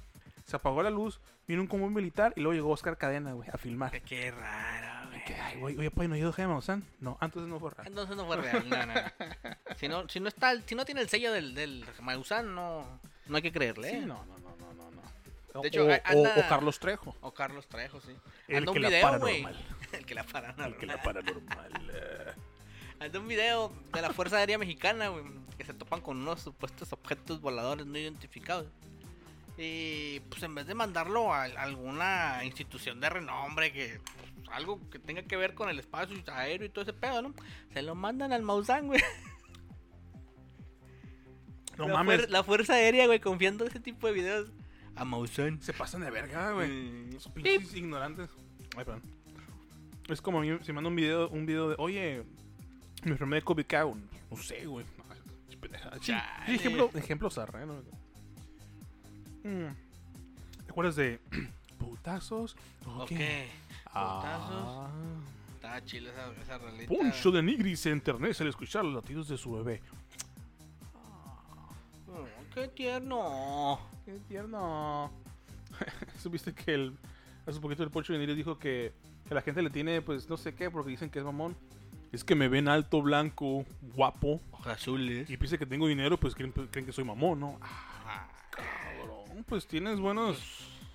S1: Se apagó la luz, vino un común militar y luego llegó Oscar Cadena, güey, a filmar.
S2: Qué, qué raro, güey.
S1: Que, ay, güey, oye, pues no ha ido Jaime Maussan. No, antes no fue raro.
S2: Entonces no fue real, no, no. Si no, si no está, el- si no tiene el sello del, del Maussan, no, no hay que creerle, ¿eh?
S1: Sí, no, no, no, no, no, no.
S2: De hecho,
S1: o,
S2: a- anda-
S1: o- o Carlos Trejo.
S2: O Carlos Trejo, sí.
S1: El
S2: Anda
S1: que
S2: un
S1: la
S2: video, güey.
S1: paranormal.
S2: El que la paranormal.
S1: El que la paranormal. eh.
S2: Anda un video de la Fuerza Aérea Mexicana, güey, que se topan con unos supuestos objetos voladores no identificados. Y pues en vez de mandarlo a alguna institución de renombre, que pues, algo que tenga que ver con el espacio aéreo y todo ese pedo, ¿no? Se lo mandan al Maussan, güey.
S1: No
S2: la,
S1: mames.
S2: fuer- la Fuerza Aérea, güey, confiando en ese tipo de videos a Maussan.
S1: Se pasan de verga, güey.
S2: Mm.
S1: Esos pinches ignorantes. Ay, perdón. Es como a mí, si mando un video, un video de, oye, me enfermé de COVID, ¿qué hago?" No sé, güey. Ay, qué pendejada. Sí,
S2: Chale.
S1: sí, ejemplo, ejemplo zarra, ¿eh? ¿no? Mm. ¿Te acuerdas de putazos?
S2: Ok.
S1: Ok. Ah.
S2: Está chila esa, esa rolita.
S1: Poncho de Nigris se enternece al escuchar los latidos de su bebé.
S2: Oh, qué tierno.
S1: Qué tierno. Supiste que el, hace poquito el Poncho de Nigris dijo que, que la gente le tiene, pues no sé qué, porque dicen que es mamón. Es que me ven alto, blanco, guapo.
S2: Ojos azules.
S1: Y piensan que tengo dinero, pues creen, pues, creen que soy mamón, ¿no? Ah, cabrón. Pues tienes buenos.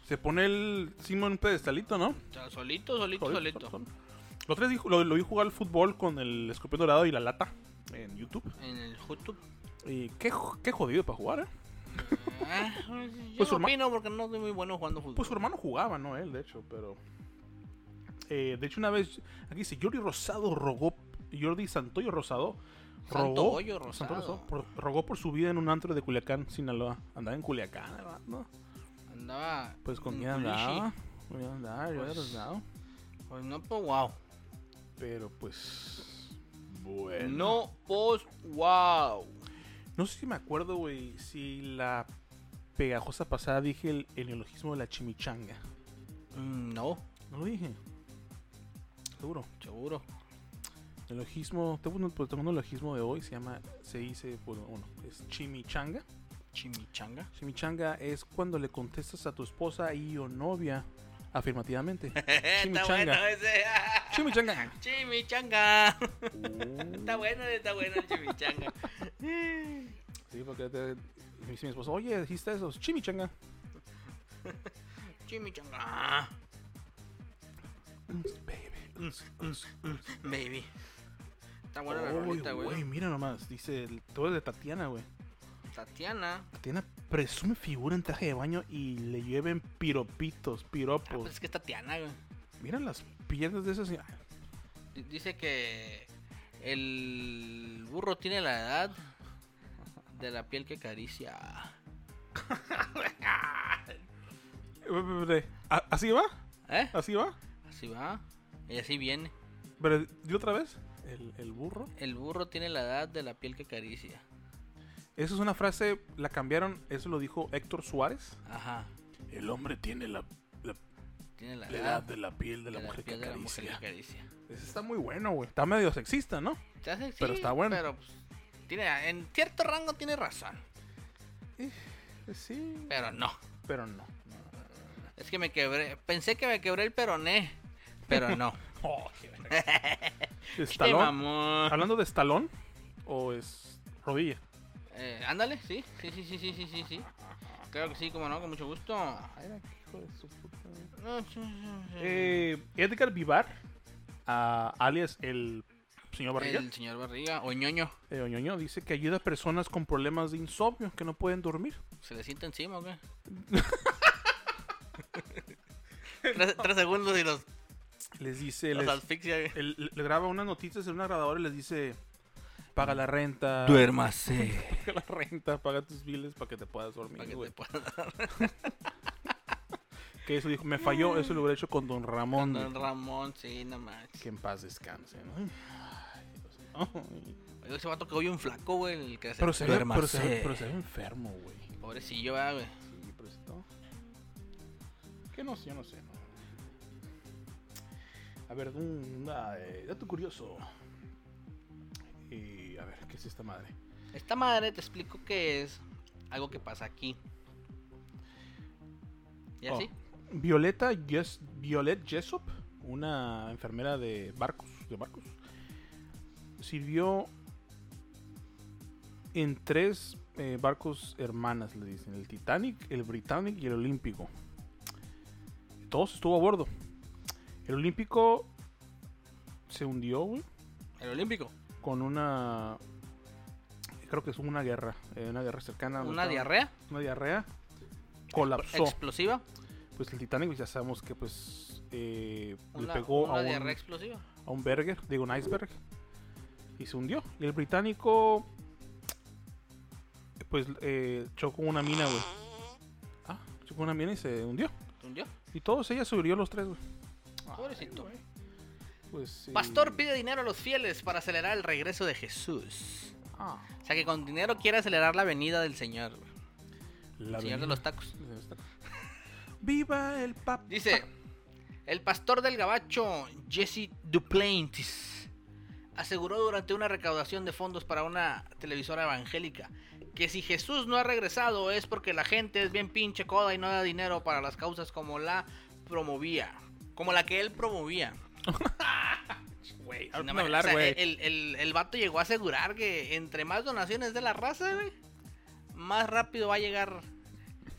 S1: Se pone el Simón en un pedestalito, ¿no?
S2: Está solito, solito, solito.
S1: Lo, tres dijo, lo, lo vi jugar al fútbol con el escorpión dorado y la lata en YouTube.
S2: En el YouTube.
S1: Y qué, jo- qué jodido para jugar, ¿eh?
S2: Ah, yo
S1: Pues
S2: no
S1: su herma-
S2: opino porque no soy muy bueno jugando fútbol.
S1: Pues su hermano jugaba, ¿no? Él, de hecho, pero. Eh, de hecho, una vez. Aquí dice: Jordi Rosado rogó. Jordi Santoyo Rosado.
S2: Santo
S1: Rogó,
S2: Hoyo Rosado.
S1: por- rogó por su vida en un antro de Culiacán, Sinaloa. Andaba en Culiacán, ¿verdad? ¿no?
S2: Andaba.
S1: Pues con
S2: en
S1: quién
S2: Culichi.
S1: andaba. Con quién andaba, Jordi
S2: Mm, Pues-
S1: Rosado.
S2: Pues no, pues wow.
S1: Pero pues. Bueno.
S2: No, pues wow.
S1: No sé si me acuerdo, güey, si la pegajosa pasada dije el, el neologismo de la chimichanga.
S2: Mm, No,
S1: No lo dije. Seguro.
S2: seguro.
S1: El logismo, tengo un, pues, tengo un logismo de hoy, se llama, se dice, bueno, uno, es chimichanga.
S2: Chimichanga.
S1: Chimichanga es cuando le contestas a tu esposa y o novia afirmativamente.
S2: está bueno
S1: Chimichanga.
S2: ese.
S1: Chimichanga.
S2: chimichanga.
S1: Uh,
S2: está bueno, está bueno el chimichanga.
S1: sí, porque te- me dice mi esposa, oye, dijiste eso, chimichanga.
S2: chimichanga.
S1: Baby.
S2: Baby. Está buena la
S1: Uy,
S2: rolita,
S1: güey,
S2: güey.
S1: mira nomás, dice, el- todo es de Tatiana, güey.
S2: Tatiana.
S1: Tatiana presume figura en traje de baño y le llueven piropitos,
S2: Ah, pues
S1: piropos.
S2: es que es Tatiana, güey.
S1: Mira las piernas de esa señora.
S2: Di- Dice que el burro tiene la edad de la piel que acaricia.
S1: ¿A- ¿Así va?
S2: ¿Eh?
S1: ¿Así va?
S2: Así va. Y así viene.
S1: Pero di otra vez, el, el burro.
S2: El burro tiene la edad de la piel que acaricia.
S1: Esa es una frase, la cambiaron, eso lo dijo Héctor Suárez.
S2: Ajá.
S1: El hombre tiene la, la-
S2: Tiene la
S1: la
S2: edad
S1: edad de la piel de la,
S2: Ah, de la
S1: mujer, que
S2: piel de la mujer que
S1: acaricia.
S2: acaricia.
S1: Ese está muy bueno, güey. Está medio sexista, ¿no?
S2: Se hace- sí,
S1: Pero está bueno.
S2: Pero pues, tiene, en cierto rango tiene razón.
S1: Eh, Sí,
S2: Pero no.
S1: pero no.
S2: Es que me quebré. Pensé que me quebré el peroné, pero no.
S1: Oh, qué verga.
S2: Qué
S1: Stallone.
S2: mamón.
S1: ¿Hablando de Stallone o es rodilla?
S2: Eh, ándale, sí, sí, sí, sí, sí, sí, sí, sí. Claro que sí, como no, con mucho gusto. Mm.
S1: Eh, Edgar Vivar, ah, alias el señor Barriga,
S2: El señor Barriga, o ñoño,
S1: eh, Oñoño, dice que ayuda a personas con problemas de insomnio que no pueden dormir.
S2: ¿se le sienta encima o qué? tres, tres segundos y los,
S1: Les dice,
S2: los
S1: les-
S2: asfixia. güey.
S1: él- le graba unas noticias en una grabadora y les dice, paga la renta,
S2: Duérmase.
S1: paga la renta, paga tus biles para que te puedas dormir.
S2: Para que
S1: güey".
S2: te pueda
S1: Que eso dijo, me falló, eso lo hubiera hecho con Don Ramón.
S2: Don
S1: güey.
S2: Ramón, sí, nada más.
S1: Que en paz descanse, ¿no? Ay, Dios, no.
S2: Oye, ese vato quedó bien flaco, güey. El que hace-
S1: Pero se, ve, pero, se, ve-
S2: Duérmase.
S1: pero se ve enfermo, güey.
S2: Pobrecillo, ¿verdad, güey.
S1: Sí, pero esto- ¿Qué no sé? Yo no sé. no. A ver, un ah, eh, dato curioso. Y, a ver, ¿qué es esta madre?
S2: Esta madre te explico que es algo que pasa aquí. ¿Y
S1: Oh,
S2: así?
S1: Violeta Yes- Violet Jessop, una enfermera de barcos, de barcos, sirvió en tres eh, barcos hermanas, le dicen, el Titanic, el Britannic y el Olímpico. Todos estuvo a bordo. El Olímpico se hundió, güey,
S2: El Olímpico.
S1: con una creo que es una guerra, eh, una guerra cercana,
S2: Una
S1: estaba-
S2: diarrea
S1: una diarrea. Colapsó
S2: explosiva.
S1: pues el Titanic ya sabemos que pues eh, le
S2: Una,
S1: pegó
S2: una
S1: a
S2: diarrea
S1: un,
S2: explosiva.
S1: a un berger, digo un iceberg, y se hundió. Y el británico pues eh, chocó una mina, güey. Ah, chocó una mina y se hundió.
S2: ¿Te hundió?
S1: Y todos ellas subió los tres, güey. Ah,
S2: Pobrecito.
S1: Pues, sí.
S2: Pastor pide dinero a los fieles para acelerar el regreso de Jesús.
S1: Ah,
S2: O sea que con dinero quiere acelerar la venida del Señor. güey.
S1: la
S2: El Señor de
S1: avenida.
S2: los tacos.
S1: Viva el papa.
S2: Dice, el pastor del gabacho, Jesse Duplantis, aseguró durante una recaudación de fondos para una televisora evangélica que si Jesús no ha regresado es porque la gente es bien pinche coda y no da dinero para las causas como la promovía. Como la que él promovía.
S1: Güey,
S2: Sin
S1: ahorita me
S2: embargo,
S1: hablar,
S2: o sea,
S1: güey.
S2: el, el- el vato llegó a asegurar que entre más donaciones de la raza, güey, más rápido va a llegar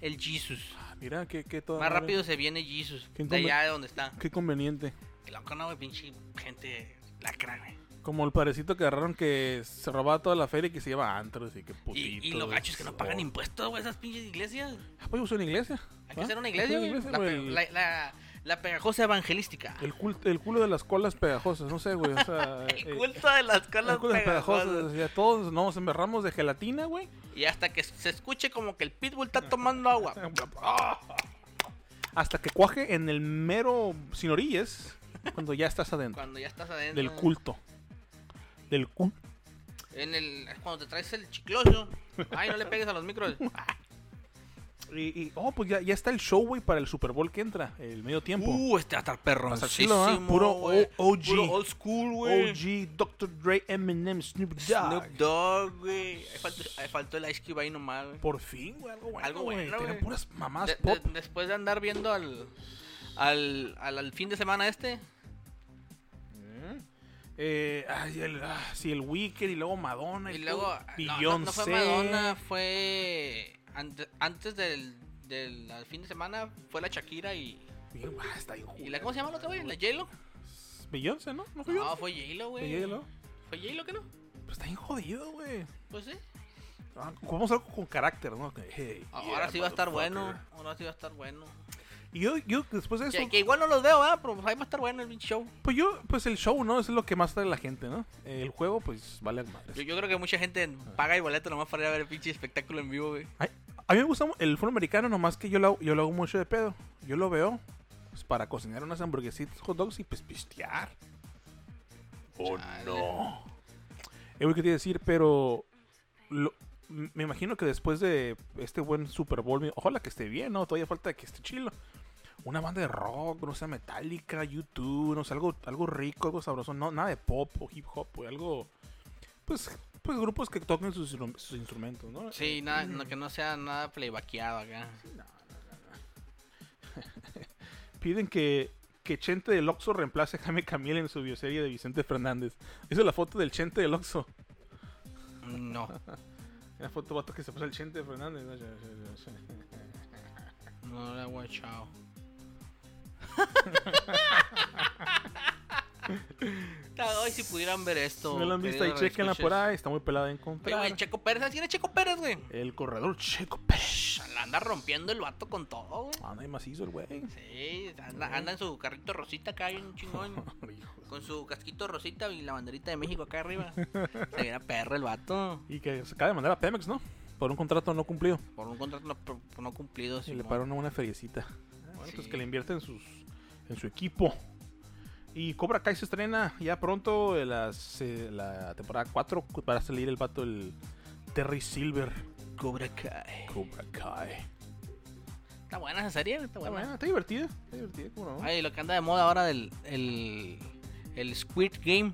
S2: el Jesus.
S1: Ah, Mira, qué, qué toda
S2: Más
S1: madre.
S2: rápido se viene Jesus.
S1: ¿Quién
S2: De
S1: come?
S2: allá de donde está.
S1: Qué conveniente.
S2: Qué Loco, no, güey, pinche gente lacra, güey.
S1: Como el parecito que agarraron que se robaba toda la feria y que se lleva a antros y que putito.
S2: Y, y los gachos que no
S1: oh.
S2: pagan impuestos, güey, esas pinches iglesias.
S1: Ah, pues yo uso una iglesia.
S2: Hay que
S1: ¿va?
S2: hacer una
S1: Hay
S2: iglesia,
S1: que
S2: güey.
S1: hacer
S2: La,
S1: güey.
S2: pe- la- la- la pegajosa evangelística.
S1: El, eh, cult- el culo de las colas pegajosas, no sé, güey. O sea, eh,
S2: El culto de las
S1: el
S2: colas
S1: culo de las pegajosas.
S2: pegajosas.
S1: o sea, todos nos emberramos de gelatina, güey.
S2: Y hasta que se escuche como que el pitbull está tomando agua.
S1: Hasta que cuaje en el mero sin orillas cuando ya estás adentro.
S2: Cuando ya estás adentro.
S1: Del culto. Del culto.
S2: En el, cuando te traes el chicloso. Ay, no le pegues a los micros.
S1: Y, y- oh, pues ya, ya está el show, güey, para el Super Bowl que entra, el medio tiempo.
S2: Uh, este va a estar perro.
S1: Hasta chilo, ¿ah? Puro O- OG.
S2: Puro old school, güey.
S1: OG, Dr. Dre, Eminem, Snoop Dogg.
S2: Snoop Dogg, güey. Ahí faltó, ahí faltó el Ice Cube ahí nomás, güey.
S1: Por fin, güey, algo bueno.
S2: Algo
S1: güey.
S2: bueno,
S1: Tienen
S2: güey.
S1: puras mamás
S2: De-
S1: pop.
S2: de- después de andar viendo al al, al al fin de semana este,
S1: Eh, ay, el, ah, sí, el Weekend y luego Madonna.
S2: y luego ah, no, no, no fue
S1: uh, Beyoncé.
S2: Madonna, fue ante- antes del, del al fin de semana fue la Shakira y,
S1: Bien, ah, está bien
S2: y la ¿cómo se llama la otra güey? La J-Lo.
S1: Beyoncé, ¿no? ¿No fue
S2: No,
S1: Beyoncé?
S2: fue J-Lo,
S1: Fue
S2: güey.
S1: J-Lo.
S2: Fue J-Lo que no?
S1: Pues está bien jodido, güey.
S2: Pues sí.
S1: Ah, Jugamos algo con carácter, ¿no? Que, hey,
S2: Ahora
S1: yeah,
S2: sí va a estar bueno,
S1: motherfucker.
S2: ahora sí va a estar bueno.
S1: Y yo, yo después de eso,
S2: Que, que igual no los veo, ¿verdad? Pero pues ahí va a estar bueno el pinche show.
S1: pues yo, pues el show, ¿no? Eso es lo que más trae la gente, ¿no? El juego, pues vale a madres.
S2: Yo, yo creo que mucha gente paga el boleto nomás para ir a ver el pinche espectáculo en vivo, güey.
S1: Ay, a mí me gusta mu- el fútbol americano, nomás que yo lo, hago- yo lo hago mucho de pedo. Yo lo veo pues, para cocinar unas hamburguesitas, hot dogs y pues pistear. Oh,
S2: Chale.
S1: no. Es lo que te iba a decir, pero lo- m- me imagino que después de este buen Super Bowl, mi- ojalá que esté bien, ¿no? Todavía falta que esté chilo. Una banda de rock, no sea metálica, YouTube, no sé, algo, algo rico, algo sabroso, no, nada de pop o hip hop, güey, algo, pues, pues grupos que toquen sus, instru- sus instrumentos, ¿no?
S2: Sí, nada, no- que no sea nada playbackeado acá.
S1: Piden que, que Chente del Oxo reemplace a Jaime Camil en su bioserie de Vicente Fernández. Esa es la foto del Chente del Oxo.
S2: No,
S1: La foto vato que se puso el Chente Fernández.
S2: no la he guachado. Ay, si pudieran ver esto.
S1: No lo han visto ahí,
S2: queridos
S1: chequenla por
S2: radioescuchas.
S1: ahí. Está muy pelada en
S2: Oye, güey,
S1: contra.
S2: Checo Pérez, ¿sabes quién es Checo Pérez, güey?
S1: El corredor Checo Pérez.
S2: La anda rompiendo el vato con todo, güey.
S1: Ah, nadie más hizo el güey.
S2: Sí, anda, anda en su carrito rosita acá, bien chingón.
S1: Hijo.
S2: Con su casquito rosita y la banderita de México acá arriba. Se viera perra el vato.
S1: Y que se acaba de mandar a Pemex, ¿no? Por un contrato no cumplido.
S2: Por un contrato no, por- por no cumplido.
S1: Y le
S2: Simón.
S1: pararon una buena feriecita. Bueno, pues
S2: sí.
S1: que le invierte en, sus, en su equipo. Y Cobra Kai se estrena ya pronto eh, la, se- la temporada 4 para salir el vato el Terry Silver.
S2: Cobra Kai.
S1: Cobra Kai.
S2: Está buena esa serie, está
S1: Está
S2: buena.
S1: buena, está divertida. Está divertida, ¿cómo no?
S2: Ay, lo que anda de moda ahora del el, el Squid Game.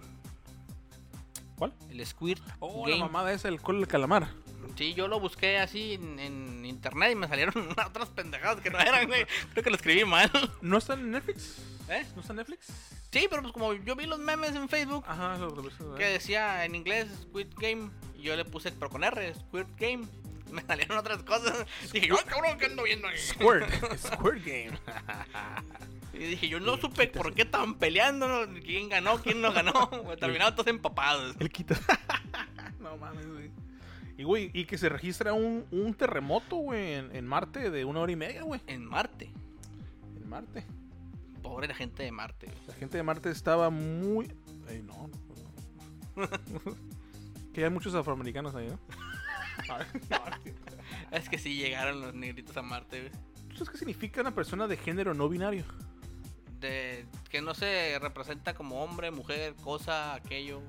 S1: ¿Cuál?
S2: El Squid
S1: Oh,
S2: Game.
S1: la mamada es el col del calamar.
S2: Sí, yo lo busqué así en, en internet y me salieron otras pendejadas que no eran, güey. Creo que lo escribí mal.
S1: ¿No está en Netflix?
S2: ¿Eh?
S1: ¿No está en Netflix?
S2: Sí, pero pues como yo vi los memes en Facebook
S1: Ajá, lo lo-
S2: que decía en inglés Squid Game, y yo le puse, pero con R, Squid Game. Me salieron otras cosas. Dije, ay, cabrón, ¿qué ando viendo ahí?
S1: Squirt. Squirt Game.
S2: Y dije, yo no supe por qué estaban peleando, ¿no? quién ganó, quién no ganó. Güey, Terminaron todos empapados.
S1: El quita. no mames, güey. Y, güey, y que se registra un, un terremoto, güey, en, en Marte de una hora y media, güey.
S2: En Marte.
S1: En Marte.
S2: Pobre la gente de Marte. güey.
S1: La gente de Marte estaba muy. Ay, no, no, no. que hay muchos afroamericanos ahí, ¿no?
S2: Es que sí llegaron los negritos a Marte. güey.
S1: ¿Tú sabes qué Pues significa una persona de género no binario?
S2: De, que no se representa como hombre, mujer, cosa, aquello.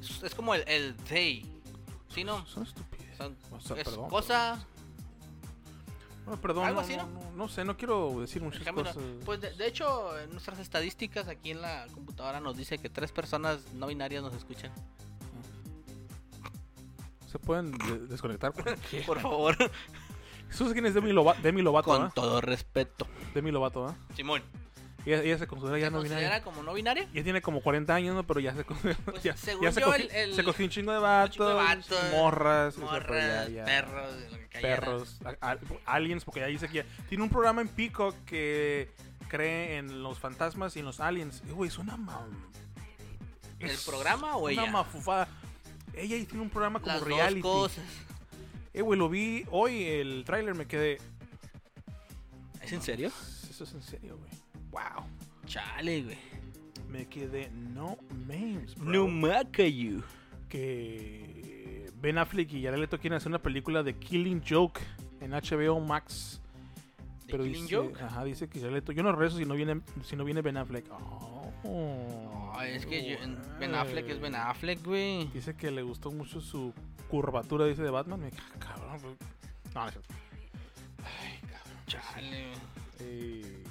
S2: Es, es como el, el they. ¿Sí, no?
S1: Son estupideces.
S2: Son-
S1: O sea,
S2: es
S1: perdón,
S2: cosa.
S1: No, perdón,
S2: Algo
S1: no,
S2: así,
S1: no,
S2: ¿no?
S1: no, no sé, no quiero decir muchas
S2: ejemplo,
S1: cosas.
S2: Pues de, de hecho, en nuestras estadísticas aquí en la computadora nos dice que tres personas no binarias nos escuchan.
S1: Se pueden de- desconectar. ¿Por qué?
S2: Por favor,
S1: ¿Eso es quién es Demi, Lova- Demi Lovato?
S2: con
S1: ¿verdad?
S2: todo respeto.
S1: Demi Lovato, ¿ah?
S2: Simón,
S1: Ella, ella se considera ya
S2: ¿se
S1: no binaria.
S2: considera como no binaria?
S1: Ya tiene como 40 años, ¿no? Pero ya se cogió.
S2: Pues,
S1: ya,
S2: según
S1: ya se,
S2: yo,
S1: cogió
S2: el- el-
S1: se cogió un chingo de
S2: chingo de
S1: vatos,
S2: vatos,
S1: morras, o sea, pero
S2: Morras,
S1: ya- ya-
S2: perros, lo que cayera.
S1: perros, a- a- aliens, porque ya dice que ya- tiene un programa en Pico que cree en los fantasmas y en los aliens. Eh, Güey, es una mam.
S2: ¿El
S1: es
S2: programa o ella?
S1: Una mafufada. Ella ahí tiene un programa como
S2: Las dos
S1: reality.
S2: cosas.
S1: Eh, güey, lo vi hoy, el tráiler me quedé.
S2: ¿Es en serio?
S1: Eso es en serio, güey. Wow.
S2: Chale, güey.
S1: Me quedé no memes. bro.
S2: No you.
S1: que Ben Affleck y Jared Leto quieren hacer una película de Killing Joke en HBO Max. Pero
S2: Killing
S1: dice,
S2: Joke?
S1: Ajá, dice que Jared Leto, yo no regreso si no viene, si no viene Ben Affleck. Oh,
S2: Ay, Ah, es que yo- en- Ben
S1: güey.
S2: Affleck es Ben Affleck, güey.
S1: Dice que le gustó mucho su curvatura, dice de Batman. Me ca- cabrón. pues. No, no es cierto. Ay, cabrón.
S2: Chale, güey.
S1: Eh,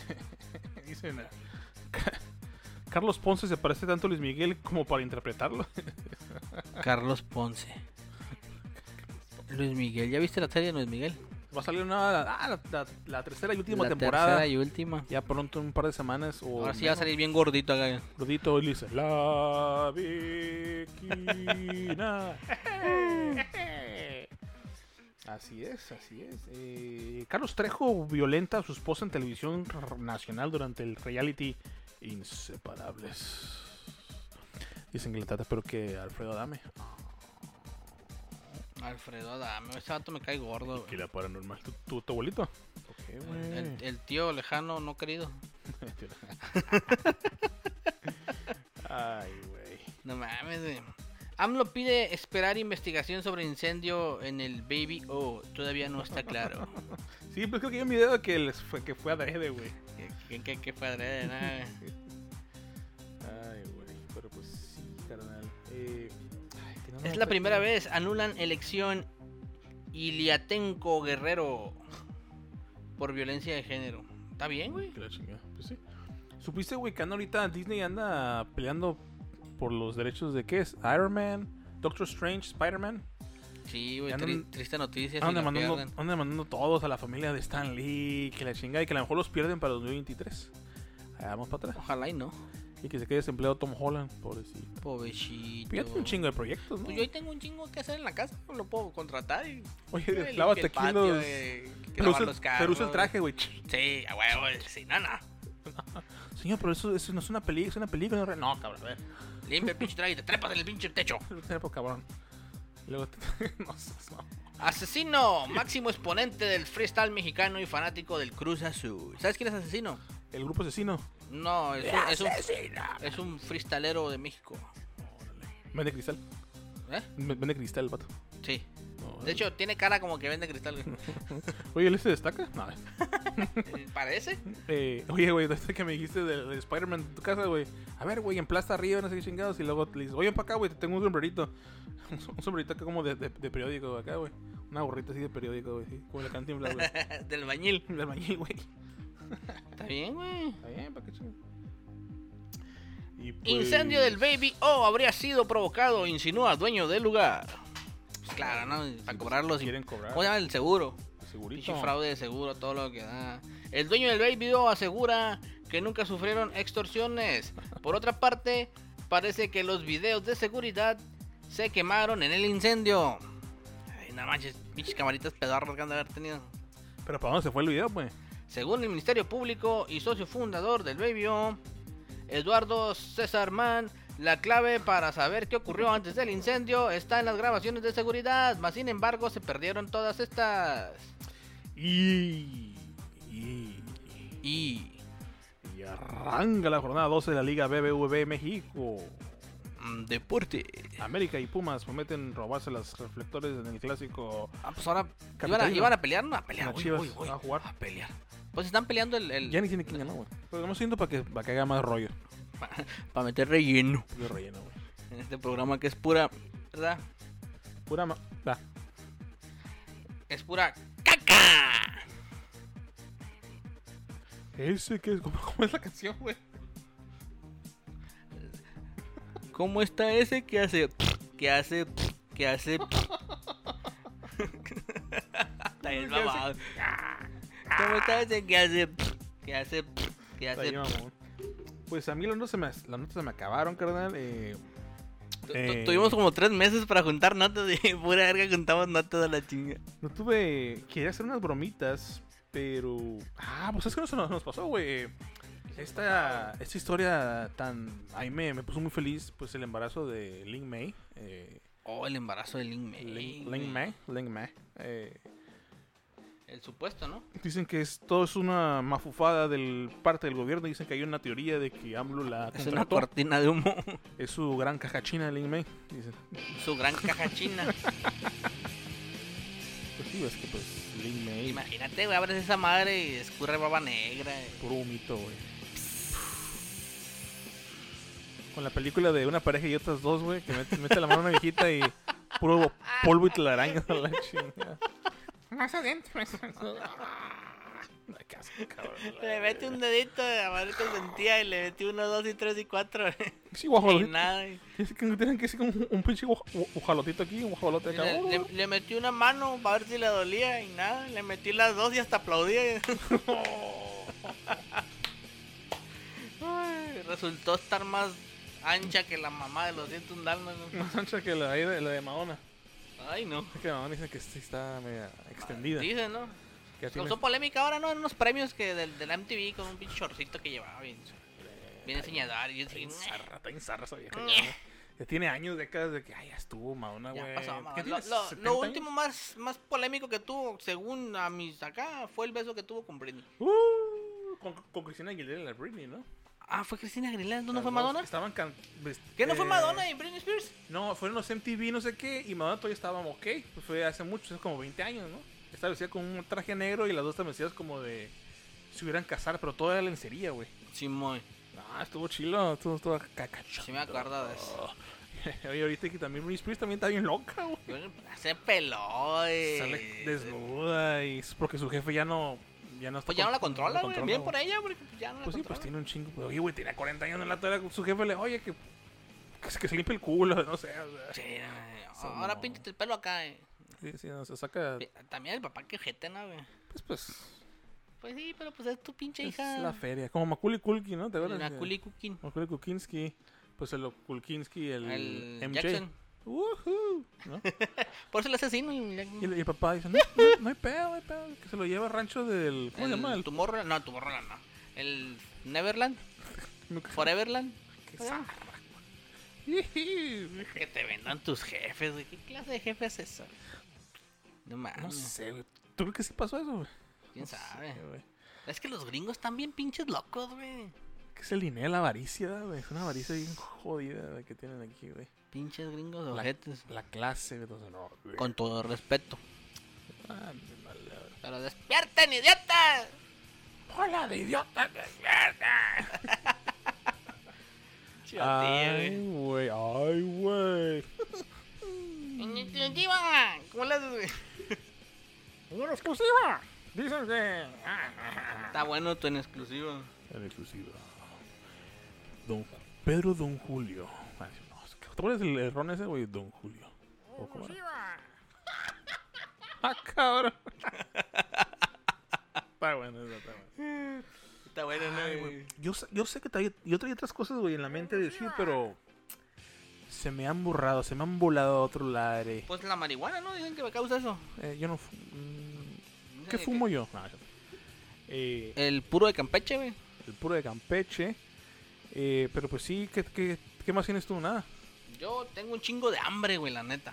S1: dice nada. Ca- Carlos Ponce se parece tanto a Luis Miguel como para interpretarlo.
S2: Carlos Ponce. Luis Miguel, ¿ya viste la serie de Luis Miguel?
S1: Va a salir una, ah, la, la- la tercera y última
S2: la
S1: temporada.
S2: tercera y última.
S1: Ya pronto, en un par de semanas. O
S2: Ahora sí va a salir bien gordito acá.
S1: Gordito y le dice: La Bequina. así es, así es. Eh, Carlos Trejo violenta a su esposa en televisión r- nacional durante el reality Inseparables. Dicen que le trata, pero que Alfredo Adame.
S2: Alfredo Adame, ese vato me cae gordo.
S1: Que
S2: güey.
S1: la paranormal. ¿Tu, tu, tu abuelito? ¿Por qué, güey?
S2: El, el tío lejano no querido.
S1: Ay, güey.
S2: No mames, güey. AMLO pide esperar investigación sobre incendio en el Baby O. Todavía no está claro.
S1: Sí, pues creo que hay un video que, les fue, que fue adrede, güey.
S2: qué, qué, qué padre, nada, güey.
S1: Ay, güey. Pero pues sí, carnal. Eh, ay, que no, no
S2: Es
S1: me
S2: la
S1: acuerdo.
S2: primera vez, anulan elección Iliatenco Guerrero por violencia de género. ¿Está bien, güey?
S1: Que la chingada, pues sí. ¿Supiste, güey, que anda ahorita Disney anda peleando por los derechos de qué es? Iron Man, Doctor Strange, Spider-Man.
S2: Sí, güey,
S1: Ya
S2: tri-
S1: andan-
S2: triste noticia. si
S1: Andan
S2: la
S1: demandando,
S2: pierden.
S1: andan demandando todos a la familia de Stan Lee, que la chingada, y que a lo mejor los pierden para el 2023. Ahí Vamos para atrás.
S2: Ojalá y no.
S1: Y que se quede desempleado Tom Holland, pobrecito.
S2: Pobrecito.
S1: Fíjate Pues un chingo de proyectos, ¿no?
S2: Pues yo ahí tengo un chingo que hacer en la casa, lo puedo contratar y.
S1: Oye,
S2: el-
S1: lávate
S2: el
S1: aquí
S2: patio,
S1: los...
S2: eh, que
S1: Pero
S2: lavar
S1: usa,
S2: los
S1: pero usa el
S2: carros.
S1: traje, güey.
S2: Sí, a huevo, sí, nana.
S1: Señor, pero eso, eso no es una película, es una película. No, re- no, cabrón, a ver.
S2: Limpia el pinche traje y te trepas en el pinche techo.
S1: Pues, cabrón. Y Luego te- no, seas mamón.
S2: Asesino, máximo exponente del freestyle mexicano y fanático del Cruz Azul. ¿Sabes quién es Asesino?
S1: El grupo asesino.
S2: No, es un, es un, es un freestalero de México.
S1: Vende cristal.
S2: ¿Eh?
S1: V- Vende cristal el vato.
S2: Sí.
S1: No,
S2: De hecho, tiene cara como que vende cristal. güey.
S1: Oye, ¿él se destaca? No.
S2: Eh, Parece.
S1: Eh, oye, güey, desde que me dijiste del del Spider-Man en tu casa, güey. A ver, güey, emplasta arriba, no sé qué chingados. Y luego le dices, oye, para acá, güey, te tengo un sombrerito. Un som- un sombrerito acá como de, de- de periódico, acá, güey. Una gorrita así de periódico, güey. sí, Como la cantimbla, güey.
S2: del bañil.
S1: De albañil, güey.
S2: Está bien, güey.
S1: Está bien, para qué chingados. Y pues-
S2: Incendio del Baby O habría sido provocado, insinúa dueño del lugar. Pues claro, ¿no? Para cobrarlos.
S1: Quieren cobrar.
S2: ¿Cómo se llama el seguro?
S1: Segurito.
S2: Pinche fraude de seguro, todo lo que da. El dueño del Baby O asegura que nunca sufrieron extorsiones. Por otra parte, parece que los videos de seguridad se quemaron en el incendio. Ay, no manches, pinches camaritas pedorras que han de haber tenido.
S1: Pero ¿para dónde se fue el video, pues?
S2: Según el Ministerio Público y socio fundador del Baby O, Eduardo César Mann, la clave para saber qué ocurrió antes del incendio está en las grabaciones de seguridad, mas sin embargo se perdieron todas estas.
S1: Y... Y...
S2: Y.
S1: Y arranca la jornada 12 de la Liga BBVB México.
S2: mm, Deporte.
S1: América y Pumas prometen robarse los reflectores en el clásico.
S2: Ah, pues ahora. ¿Iban a,
S1: Capitalino.
S2: iban a pelear? No, a pelear.
S1: Las
S2: uy,
S1: Chivas
S2: uy, uy,
S1: van a jugar.
S2: a pelear. Pues están peleando el.
S1: Ya ni tiene quién ganar, güey. Pero estamos haciendo Pues para que, para que haga más rollo.
S2: Para meter relleno
S1: Yo relleno, güey.
S2: en este programa que es pura. ¿Verdad?
S1: Pura ma- da.
S2: Es pura caca.
S1: Ese que es. ¿Cómo, cómo es la canción, güey?
S2: ¿Cómo está ese que hace? Que hace? Que hace? está bien mamado.
S1: Ah,
S2: ¿Cómo está ese que hace? Que hace? Que
S1: Está
S2: hace?
S1: ahí, mamón. Pues a mí las notas se me, las notas se me acabaron, carnal. Eh,
S2: Tu- tu-
S1: Eh.
S2: Tuvimos como tres meses para juntar notas y pura verga juntamos notas a la chinga.
S1: no tuve. Quería hacer unas bromitas, pero. Ah, pues es que no se nos, nos pasó, güey. Esta, esta historia tan. Ahí me, me puso muy feliz, pues el embarazo de Lin May. Eh,
S2: Oh, el embarazo de Lin May.
S1: Lin,
S2: güey.
S1: Lin May. Lin May. Eh,
S2: El supuesto, ¿no?
S1: Dicen que es, todo es una mafufada del parte del gobierno. Dicen que hay una teoría de que AMLO la
S2: Es una
S1: contrató. Es,
S2: cortina de humo.
S1: su gran caja china, Lin May. Dicen,
S2: Su gran caja china.
S1: pues sí, es que pues Lin May,
S2: Imagínate, güey, abres esa madre y escurre baba negra.
S1: puro humito, güey. Con la película de una pareja y otras dos, güey, que mete, mete la mano a una viejita y puro polvo y telarañas a la chingada.
S5: Más adentro. más-
S1: Ay, qué asco, cabrón.
S2: Le mete un dedito a ver qué sentía y le metí uno, dos y tres y cuatro.
S1: Sí, guajolotito.
S2: Y nada. y-
S1: Es que tienen que ser como un, un pinche guaj- guaj- guajolotito aquí, un guajolote acá. Oh,
S2: Le, le- le metí una mano para ver si le dolía y nada. Le metí las dos y hasta aplaudía. Ay, resultó estar más ancha que la mamá de los dientes dálmatas.
S1: Más ancha que la de, la de Mahona.
S2: Ay, no.
S1: Es que Mahona dice que sí está media extendida.
S2: Dice, ¿no?
S1: Que ya tiene-
S2: Causó polémica ahora, ¿no? En unos premios que del, del MTV con un pinche shortcito que llevaba bien. Bien enseñador. Y yo
S1: está
S2: dije,
S1: bien zarra, está bien zarra esa vieja.
S2: Ñe.
S1: ya, ¿no? Ya tiene años, décadas de que ay, ya estuvo Mahona, güey.
S2: Ya pasó, mamá.
S1: ¿Qué
S2: Lo,
S1: tiene,
S2: lo-
S1: 70
S2: lo
S1: años?
S2: último más, más polémico que tuvo, según a mis acá, fue el beso que tuvo con Britney.
S1: Uh, con, con Cristina Aguilera y la Britney, ¿no?
S2: Ah, fue Cristina Aguilera, ¿no,
S1: Las
S2: fue
S1: dos
S2: Madonna?
S1: que Estaban can... vest-
S2: ¿Qué no fue
S1: eh,
S2: Madonna y Britney Spears?
S1: No, fueron los MTV, no sé qué, y Madonna todavía estaba ok. Pues fue hace mucho, hace como 20 años, ¿no? Estaba vestida con un traje negro y las dos estaban vestidas como de. Se hubieran casar, pero toda era lencería, güey.
S2: Sí, muy.
S1: No, estuvo chilo, estuvo, estuvo cacacho.
S2: Sí me acuerdo de eso.
S1: Oh. Oye, ahorita que también Britney Spears también está bien loca, güey.
S2: Se peló, eh.
S1: Sale desnuda y es porque su jefe ya no. Ya no está
S2: Pues ya no la
S1: con-
S2: controla, güey. Bien por
S1: güey.
S2: ella, porque pues ya no la
S1: Pues sí, pues
S2: controla.
S1: tiene un chingo. güey. Oye, güey, tiene 40 años en la tela. Su jefe le, oye, que. Que se, que se limpie el culo, no sé. o sea.
S2: Sí, no, no, no.
S1: Eso
S2: Ahora
S1: no.
S2: píntate el pelo acá, eh.
S1: Sí, sí, no, se saca.
S2: También el papá que ojete, ¿no, güey?
S1: Pues, pues.
S2: Pues sí, pero pues es tu pinche
S1: Es
S2: hija.
S1: la feria. Como Makuli Kulki, ¿no? ¿Te acuerdas?
S2: La
S1: de-
S2: Kuli Kukin.
S1: Makuli Kulkinski. Pues el Kulkinski, el,
S2: El
S1: MJ.
S2: Jackson.
S1: Woohoo, ¿no?
S2: Por eso el asesino. el-
S1: Y el, y el papá dice: no, no, no hay pedo, no hay pedo. Que se lo lleva al rancho del. ¿Cómo se llama?
S2: El
S1: El
S2: Tomorrowland- No, Tomorrowland no. El Neverland.
S1: Nunca-
S2: Foreverland.
S1: Qué
S5: Ah.
S1: zarra, güey.
S2: Que te vendan tus jefes, güey. ¿Qué clase de jefe es eso? No mames.
S1: No sé, güey. ¿Tú crees que sí pasó eso, güey?
S2: ¿Quién
S1: No sé,
S2: sabe?
S1: güey.
S2: Es que los gringos están bien pinches locos, güey.
S1: ¿Qué es el dinero? La avaricia, güey. Es una avaricia bien jodida la que tienen aquí, güey.
S2: Pinches gringos
S1: La-
S2: ojetes.
S1: La clase, güey. Entonces, no, güey.
S2: Con todo respeto.
S1: Ah, mi mala, güey.
S2: Pero despierten, idiota.
S1: ¡Hola de idiota! ¡Despierta!
S2: Chido,
S1: ¡Ay, güey! ¡Ay, güey! Mm.
S2: Iniciativa. ¿Cómo le haces, güey?
S5: ¡Una exclusiva! Dicen que. ah,
S2: Está bueno tu en exclusivo.
S1: En exclusiva. Don Ju- Pedro Don Julio. Ay, no, es que- ¿Te acuerdas del error ese, güey? Don Julio. ¿O cómo era?
S5: ¡Exclusiva!
S1: ¡Ah, cabrón! está bueno, eso está bueno.
S2: Está bueno, ¿no, güey?
S1: Yo, sé- yo sé que traía, yo traía otras cosas, güey, en la mente de decir, pero... Se me han borrado, se me han volado a otro lado. eh.
S2: Pues la marihuana, ¿no? Dicen que me causa eso.
S1: Eh, yo no... fu- mm,
S2: No sé,
S1: ¿Qué fumo yo? No, yo- eh,
S2: El puro de Campeche, güey.
S1: el puro de Campeche. Eh, pero pues sí, ¿qué, qué, qué más tienes tú? Nada.
S2: Yo tengo un chingo de hambre, güey, la neta.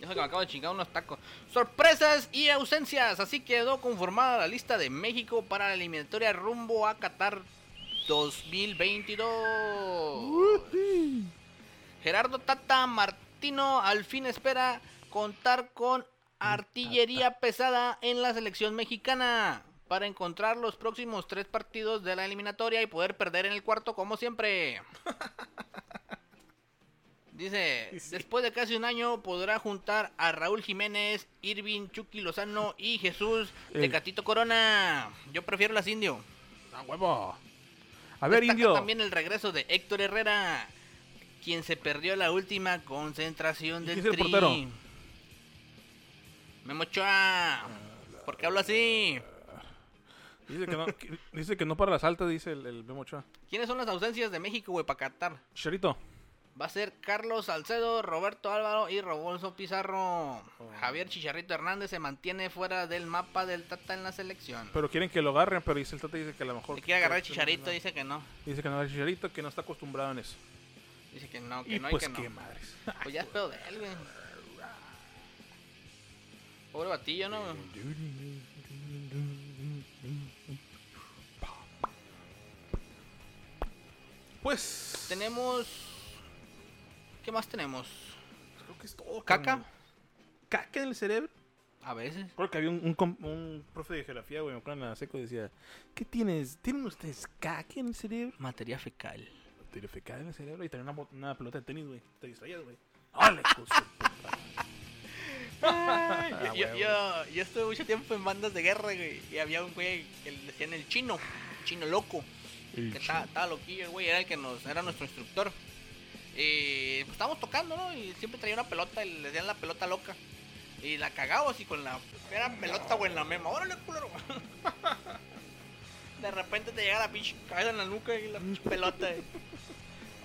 S2: Eso que me acabo de chingar unos tacos. Sorpresas y ausencias. Así quedó conformada la lista de México para la eliminatoria rumbo a Qatar
S1: Uh.
S2: 2022. Gerardo Tata Martino al fin espera contar con artillería pesada en la selección mexicana para encontrar los próximos tres partidos de la eliminatoria y poder perder en el cuarto como siempre. Dice, después de casi un año podrá juntar a Raúl Jiménez, Irving Chucky Lozano y Jesús
S1: El-
S2: Tecatito Corona. Yo prefiero las indio.
S1: ¡A Ah, huevo! A ver,
S2: Destaca
S1: indio.
S2: También el regreso de Héctor Herrera, quien se perdió la última concentración
S1: ¿Y
S2: del
S1: quién es el
S2: tri.
S1: portero?
S2: Memo Ochoa. ¿Por qué hablo así?
S1: Dice, que no, que- dice que no para las altas, dice el, el Memo Ochoa.
S2: ¿Quiénes son las ausencias de México, güey, para Qatar?
S1: Chicharito.
S2: Va a ser Carlos Salcedo, Roberto Álvaro y Robonzo
S1: Oh.
S2: Pizarro. Javier Chicharrito Hernández se mantiene fuera del mapa del Tata en la selección.
S1: Pero quieren que lo agarren, pero dice el Tata dice que a lo mejor...
S2: Le quiere agarrar a Chicharito, dice que no.
S1: Dice que no agarra Chicharito, que no está acostumbrado en eso.
S2: Dice que no, que
S1: Y
S2: no
S1: pues
S2: y que no.
S1: qué madres.
S2: Pues ya es pedo de él, güey. Pobre batillo, ¿no? güey?
S1: Pues...
S2: Tenemos. ¿Qué más tenemos?
S1: Creo que es todo.
S2: ¿Caca?
S1: carnal. ¿Caca en el cerebro?
S2: A veces.
S1: Creo que había un, un com- un profe de geografía, güey, me acuerdo en la seco, decía, ¿qué tienes? ¿Tienen ustedes caca en el cerebro?
S2: Materia fecal.
S1: Te lo fecal en el cerebro y tenía una, bot- una pelota de tenis, güey. Te distraías, güey. ¡Órale, hijo de su puta!
S2: Ah, yo, yo, yo, yo estuve mucho tiempo en bandas de guerra, güey. Y había un güey que le decían el chino. Chino loco.
S1: El
S2: que estaba, estaba loquillo, el güey, era el que nos, era nuestro instructor. Y pues estábamos tocando, ¿no? Y siempre traía una pelota y le decían la pelota loca. Y la cagamos y con la era pelota, güey, en la mema. ¡Órale, culero! De repente te llega la pinche cabeza en la nuca y la pinche pelota. eh.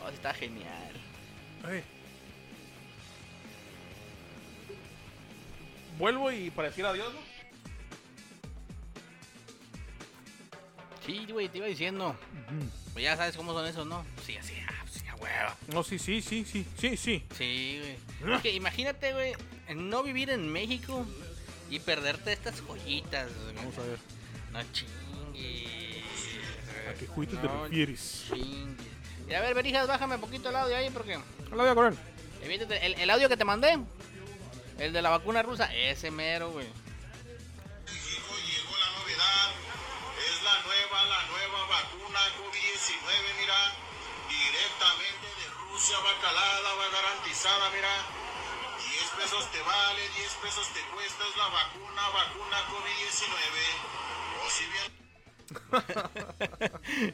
S2: Oh, está genial.
S1: Ay. Vuelvo y para decir adiós, ¿no?
S2: Sí, güey, te iba diciendo. Pues ya sabes cómo son esos, ¿no? Sí, así, ah, sí, a huevo.
S1: No, sí, sí, sí, sí, sí, sí.
S2: Sí, güey. Es que imagínate, güey, no vivir en México y perderte estas joyitas, güey.
S1: Vamos a ver,
S2: No chingues.
S1: ¿a qué juguito te
S2: No
S1: refieres?
S2: chingues. Y a ver, Berijas, bájame poquito el audio ahí porque.
S1: Hola, voy a correr.
S2: evítate- El, el audio que te mandé, el de la vacuna rusa, ese mero, güey.
S7: México llegó la novedad, es la nueva, la nueva vacuna COVID-19, mira, directamente de Rusia, va calada, va garantizada, mira, 10 pesos te vale, 10 pesos te cuesta, es la vacuna, vacuna COVID-19, o si bien...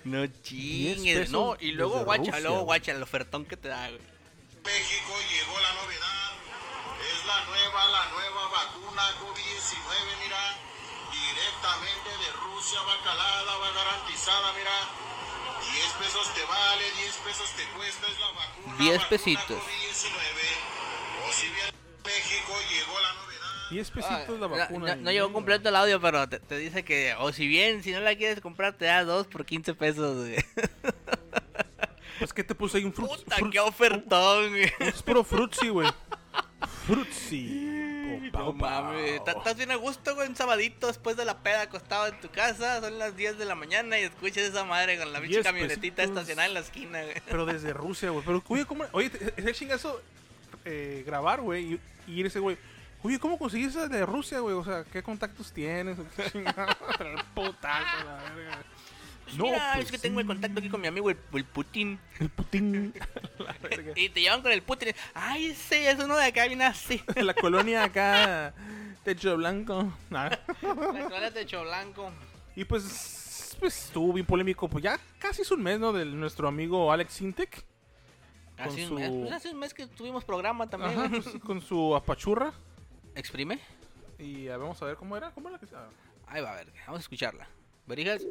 S2: No chingues,
S1: pesos
S2: no. Y luego,
S1: desde
S2: guacha,
S1: Rusia,
S2: luego,
S1: güey.
S2: guacha, el ofertón que te da, güey.
S7: México llegó la novedad, es la la nueva, la nueva vacuna COVID-19, mira, directamente de Rusia, bacalada, va garantizada, mira. 10 pesos te vale, 10 pesos te cuesta, es la vacuna.
S2: 10
S7: vacuna
S2: pesitos.
S7: COVID-19. O si bien a México llegó la novedad.
S1: 10
S2: Ah,
S1: pesitos Pues la
S2: no-
S1: vacuna.
S2: no, no llegó completo el audio, pero te, te dice que, o si bien, si no la quieres comprar, te da dos por 15 pesos. güey.
S1: Pues que te puse ahí un frut,
S2: Puta,
S1: frut-
S2: qué ofertón, güey.
S1: Es puro frutzi, güey. Frutzi. Pau,
S2: No
S1: pau,
S2: mames,
S1: pau.
S2: está- estás bien a gusto, güey, un sabadito después de la peda acostado en tu casa, son las 10 de la mañana y escuchas esa madre con la pinche
S1: Diez
S2: camionetita
S1: pesitos.
S2: estacionada en la esquina, güey.
S1: Pero desde Rusia, güey. Pero, oye, ¿cómo? Oye, te- es el chingazo eh, grabar, güey. Y, y ese güey, oye, ¿cómo conseguiste de Rusia, güey? O sea, ¿qué contactos tienes? Qué chingado. El Putazo, la verga.
S2: Mira,
S1: pues
S2: es que tengo el
S1: sí.
S2: contacto aquí con mi amigo el, el Putin.
S1: El Putin. La verga.
S2: Y te llevan con el Putin. Ay, sí, es uno de acá, viene así.
S1: La colonia acá, techo blanco. Nah.
S2: La escuela de Techo Blanco.
S1: Y pues, pues estuvo bien polémico. Pues ya casi es un mes, ¿no? De nuestro amigo Alex Sintek.
S2: Hace
S1: su-
S2: un mes. pues hace un mes que tuvimos programa también.
S1: Ajá,
S2: güey. Pues,
S1: pues, con su apachurra.
S2: Exprime.
S1: Y ah, vamos a ver cómo era. ¿Cómo era que se- ah,
S2: Ahí va a ver, vamos a escucharla. Verijas,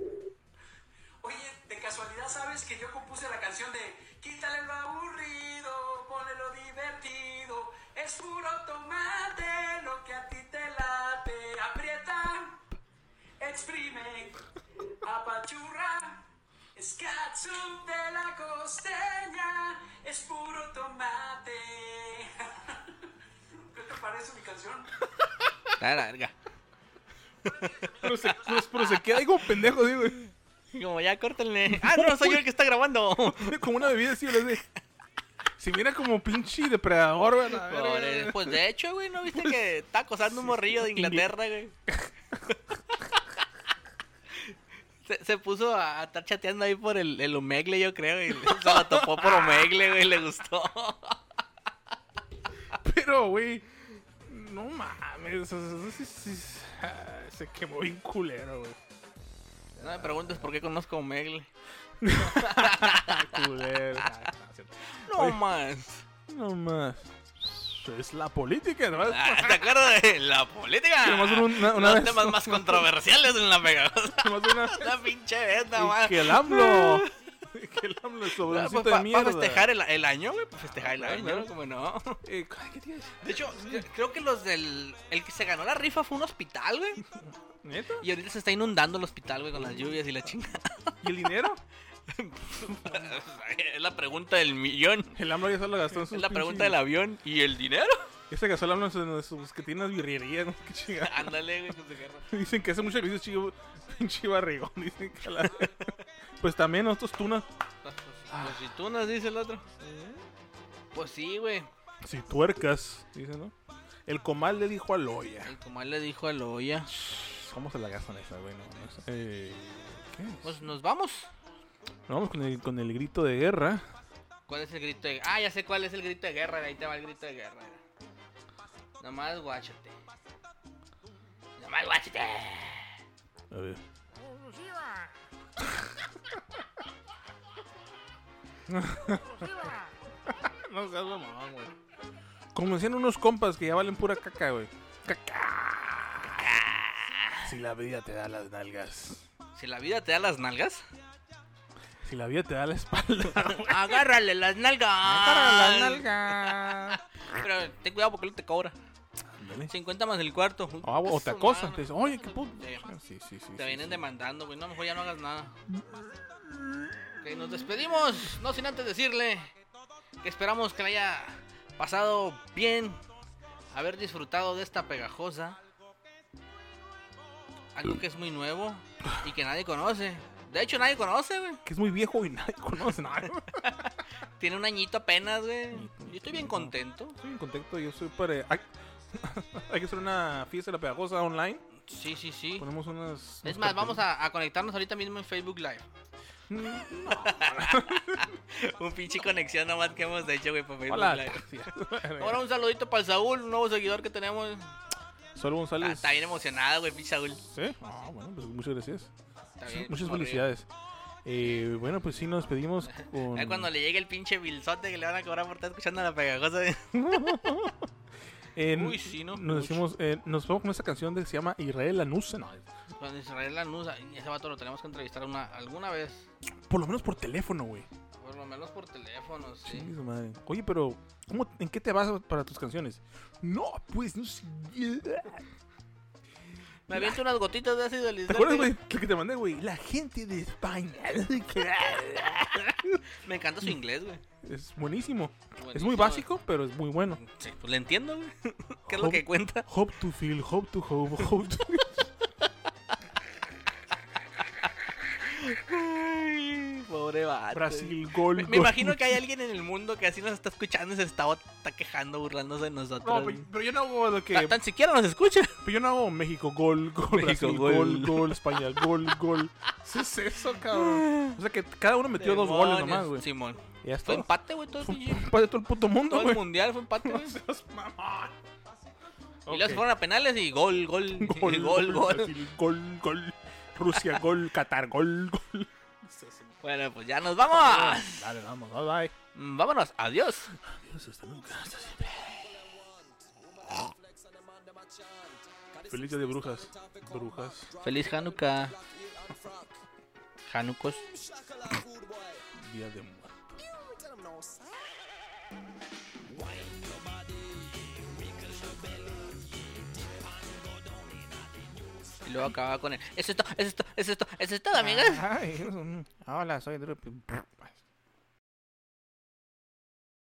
S8: Oye, de casualidad sabes que yo compuse la canción de Quítale lo aburrido, ponelo divertido. Es puro tomate lo que a ti te late. Aprieta, exprime, apachurra. Es catsup de la costeña, es puro tomate. ¿Qué te parece mi canción?
S2: a la verga.
S1: Pero se, pero, pero se queda ahí como pendejo, sí, güey.
S2: Como ya córtenle. Ah, no, soy yo el que está grabando.
S1: Como una bebida así, güey, así. Se mira como pinche depredador, güey. la verga.
S2: Pobre, Pues de hecho, güey, ¿no viste que está acosando un morrillo de Inglaterra, güey? Se, se puso a estar chateando ahí por el, el Omegle, yo creo, y se la topó por Omegle, güey, le gustó.
S1: Pero, güey. No mames. o sea, sí, sí, sí, ah, se quemó bien culero, güey.
S2: No me preguntes por qué conozco a Omegle.
S1: Culero. Ah, no, es cierto.
S2: No más.
S1: No más. Es la política, ¿no?
S2: Ah, ¿Te acuerdas de la política?
S1: Que nomás hubo una- una
S2: Los
S1: vez-
S2: temas más controversiales en la pegajosa.
S1: Nomás una-
S2: Esa pinche vez, nada
S1: Y
S2: más.
S1: que el AMLO. que el AMLO es
S2: Ah,
S1: sobroncito
S2: pues,
S1: de
S2: pa- pa'
S1: mierda.
S2: festejar el, el año, güey, para festejar el
S1: Ah,
S2: año,
S1: claro.
S2: ¿cómo no?
S1: Eh, ay, ¿Qué tienes?
S2: De hecho, cre- creo que los del. El que se ganó la rifa fue un hospital, güey.
S1: ¿Neta?
S2: Y ahorita se está inundando el hospital, güey, con las lluvias y la chingada.
S1: ¿Y el dinero?
S2: es la pregunta del millón.
S1: El AMLO ya se lo gastó en sus
S2: Es la pregunta
S1: pinches-
S2: del avión. ¿Y el dinero?
S1: Ya se gastó el AMLO en sus, en sus que tiene unas birrerías, ¿no? Qué chingada.
S2: Ándale, güey, con su guerra.
S1: Dicen que hace mucho servicio chivo, pinche barrigón. Dicen que la... Pues también nosotros tunas.
S2: Pues, Los chitunas, dice el otro. Pues sí, güey.
S1: Si tuercas, dicen, ¿no? El comal le dijo a Loya.
S2: El comal le dijo a Loya.
S1: ¿Cómo se la gastan esa, güey? No, no sé. Eh, ¿Qué es?
S2: Pues nos vamos.
S1: Nos vamos con el, con el grito de guerra.
S2: ¿Cuál es el grito de Ah, ya sé cuál es el grito de guerra. Ahí te va el grito de guerra. Nomás guáchate. Nomás guáchate.
S1: A ver. No seas mamón, güey. Como decían unos compas que ya valen pura caca, güey. Caca. Si la vida te da las nalgas.
S2: Si la vida te da las nalgas.
S1: Si la vida te da la espalda.
S2: Agárrale las nalgas.
S1: Para la nalga.
S2: Pero ten cuidado porque él te cobra.
S1: Ándale.
S2: 50 más el cuarto.
S1: O, agua- o te
S2: Su
S1: acosan.
S2: madre.
S1: Te dicen, oye, qué puto.
S2: Te,
S1: Sí, sí, sí.
S2: te
S1: sí,
S2: vienen
S1: sí.
S2: demandando, güey. No, mejor ya no hagas nada. Ok, nos despedimos. No sin antes decirle que esperamos que la haya pasado bien. Haber disfrutado de esta pegajosa. Algo que es muy nuevo y que nadie conoce. De hecho, nadie conoce, güey.
S1: Que es muy viejo y nadie conoce nada.
S2: Tiene un añito apenas, güey. Yo estoy bien contento.
S1: Estoy en contacto, yo soy para. Hay, hay que hacer una fiesta de la pegajosa online.
S2: Sí, sí, sí.
S1: Ponemos unas.
S2: Es más, vamos a, a conectarnos ahorita mismo en Facebook Live.
S1: Mm,
S2: Un pinche conexión nomás que hemos hecho, güey, para Facebook
S1: Hola.
S2: Live. Ahora un saludito para el Saúl, un nuevo seguidor que tenemos.
S1: Solo
S2: Ah,
S1: González.
S2: está bien emocionado, güey, pinche Saúl.
S1: ¿Sí? Ah, bueno, pues muchas gracias.
S2: Está bien,
S1: Muchas
S2: morrido.
S1: felicidades. Eh, bueno, pues sí, nos despedimos con.
S2: Ahí cuando le llegue el pinche bilzote que le van a cobrar por estar escuchando a la pegajosa. güey.
S1: En-
S2: Uy, sí, ¿no?
S1: Nos
S2: Mucho.
S1: decimos, eh, nos vamos con esa canción que se llama Israel Anusa. No,
S2: Cuando Israel Lanús, ay, ese vato lo tenemos que entrevistar una, alguna vez.
S1: por lo menos por teléfono, güey.
S2: Por lo menos por teléfono, sí.
S1: Chingue su madre. Oye, pero ¿cómo, ¿en qué te basas para tus canciones? No, pues no sé.
S2: Me aviento unas gotitas de ácido
S1: ¿Te
S2: lisérgico.
S1: acuerdas, güey? Lo que te mandé, güey. La gente de España. ah,
S2: Me encanta su inglés, güey.
S1: es buenísimo. Es
S2: Buenísimo,
S1: muy básico, pero es muy bueno.
S2: güey. Sí, pues le entiendo, güey.
S1: Oh.
S2: ¿Qué es lo que cuenta?
S1: Hope to feel, hope to hope, hope to
S2: Ay, Pobre vato.
S1: Brasil, gol.
S2: Me, me
S1: gol.
S2: imagino que hay alguien en el mundo que así nos está escuchando y se está, está quejando, burlándose de nosotros.
S1: No, pero, pero yo no hago lo que.
S2: Ta- Tan siquiera nos escucha.
S1: Pero yo no hago México, gol, gol,
S2: México,
S1: Brasil,
S2: gol.
S1: gol. gol, España, gol, gol. ¿Qué es eso, cabrón? O sea que cada uno metió dos goles
S2: Demonios,
S1: nomás, güey.
S2: Este, Simón.
S1: Ya está.
S2: Fue empate, güey, todo, el pinche-
S1: Para todo el puto mundo,
S2: todo el
S1: güey.
S2: mundial fue empate, güey.
S1: seas mamón.
S2: Y luego se fueron a penales y gol, gol, gol, gol. gol.
S1: Brasil, gol, gol. Rusia, gol, Qatar, gol, gol.
S2: Bueno, pues ya nos vamos.
S1: Dale, vamos, bye bye.
S2: Mm, Vámonos, adiós.
S1: Feliz día de brujas. Brujas.
S2: Feliz Hanukkah. Hanukkos.
S1: Día de muerte.
S2: Y luego acababa con el. Es esto, es esto, es esto, es esto, amigas.
S1: Ay, hola, soy Drupi.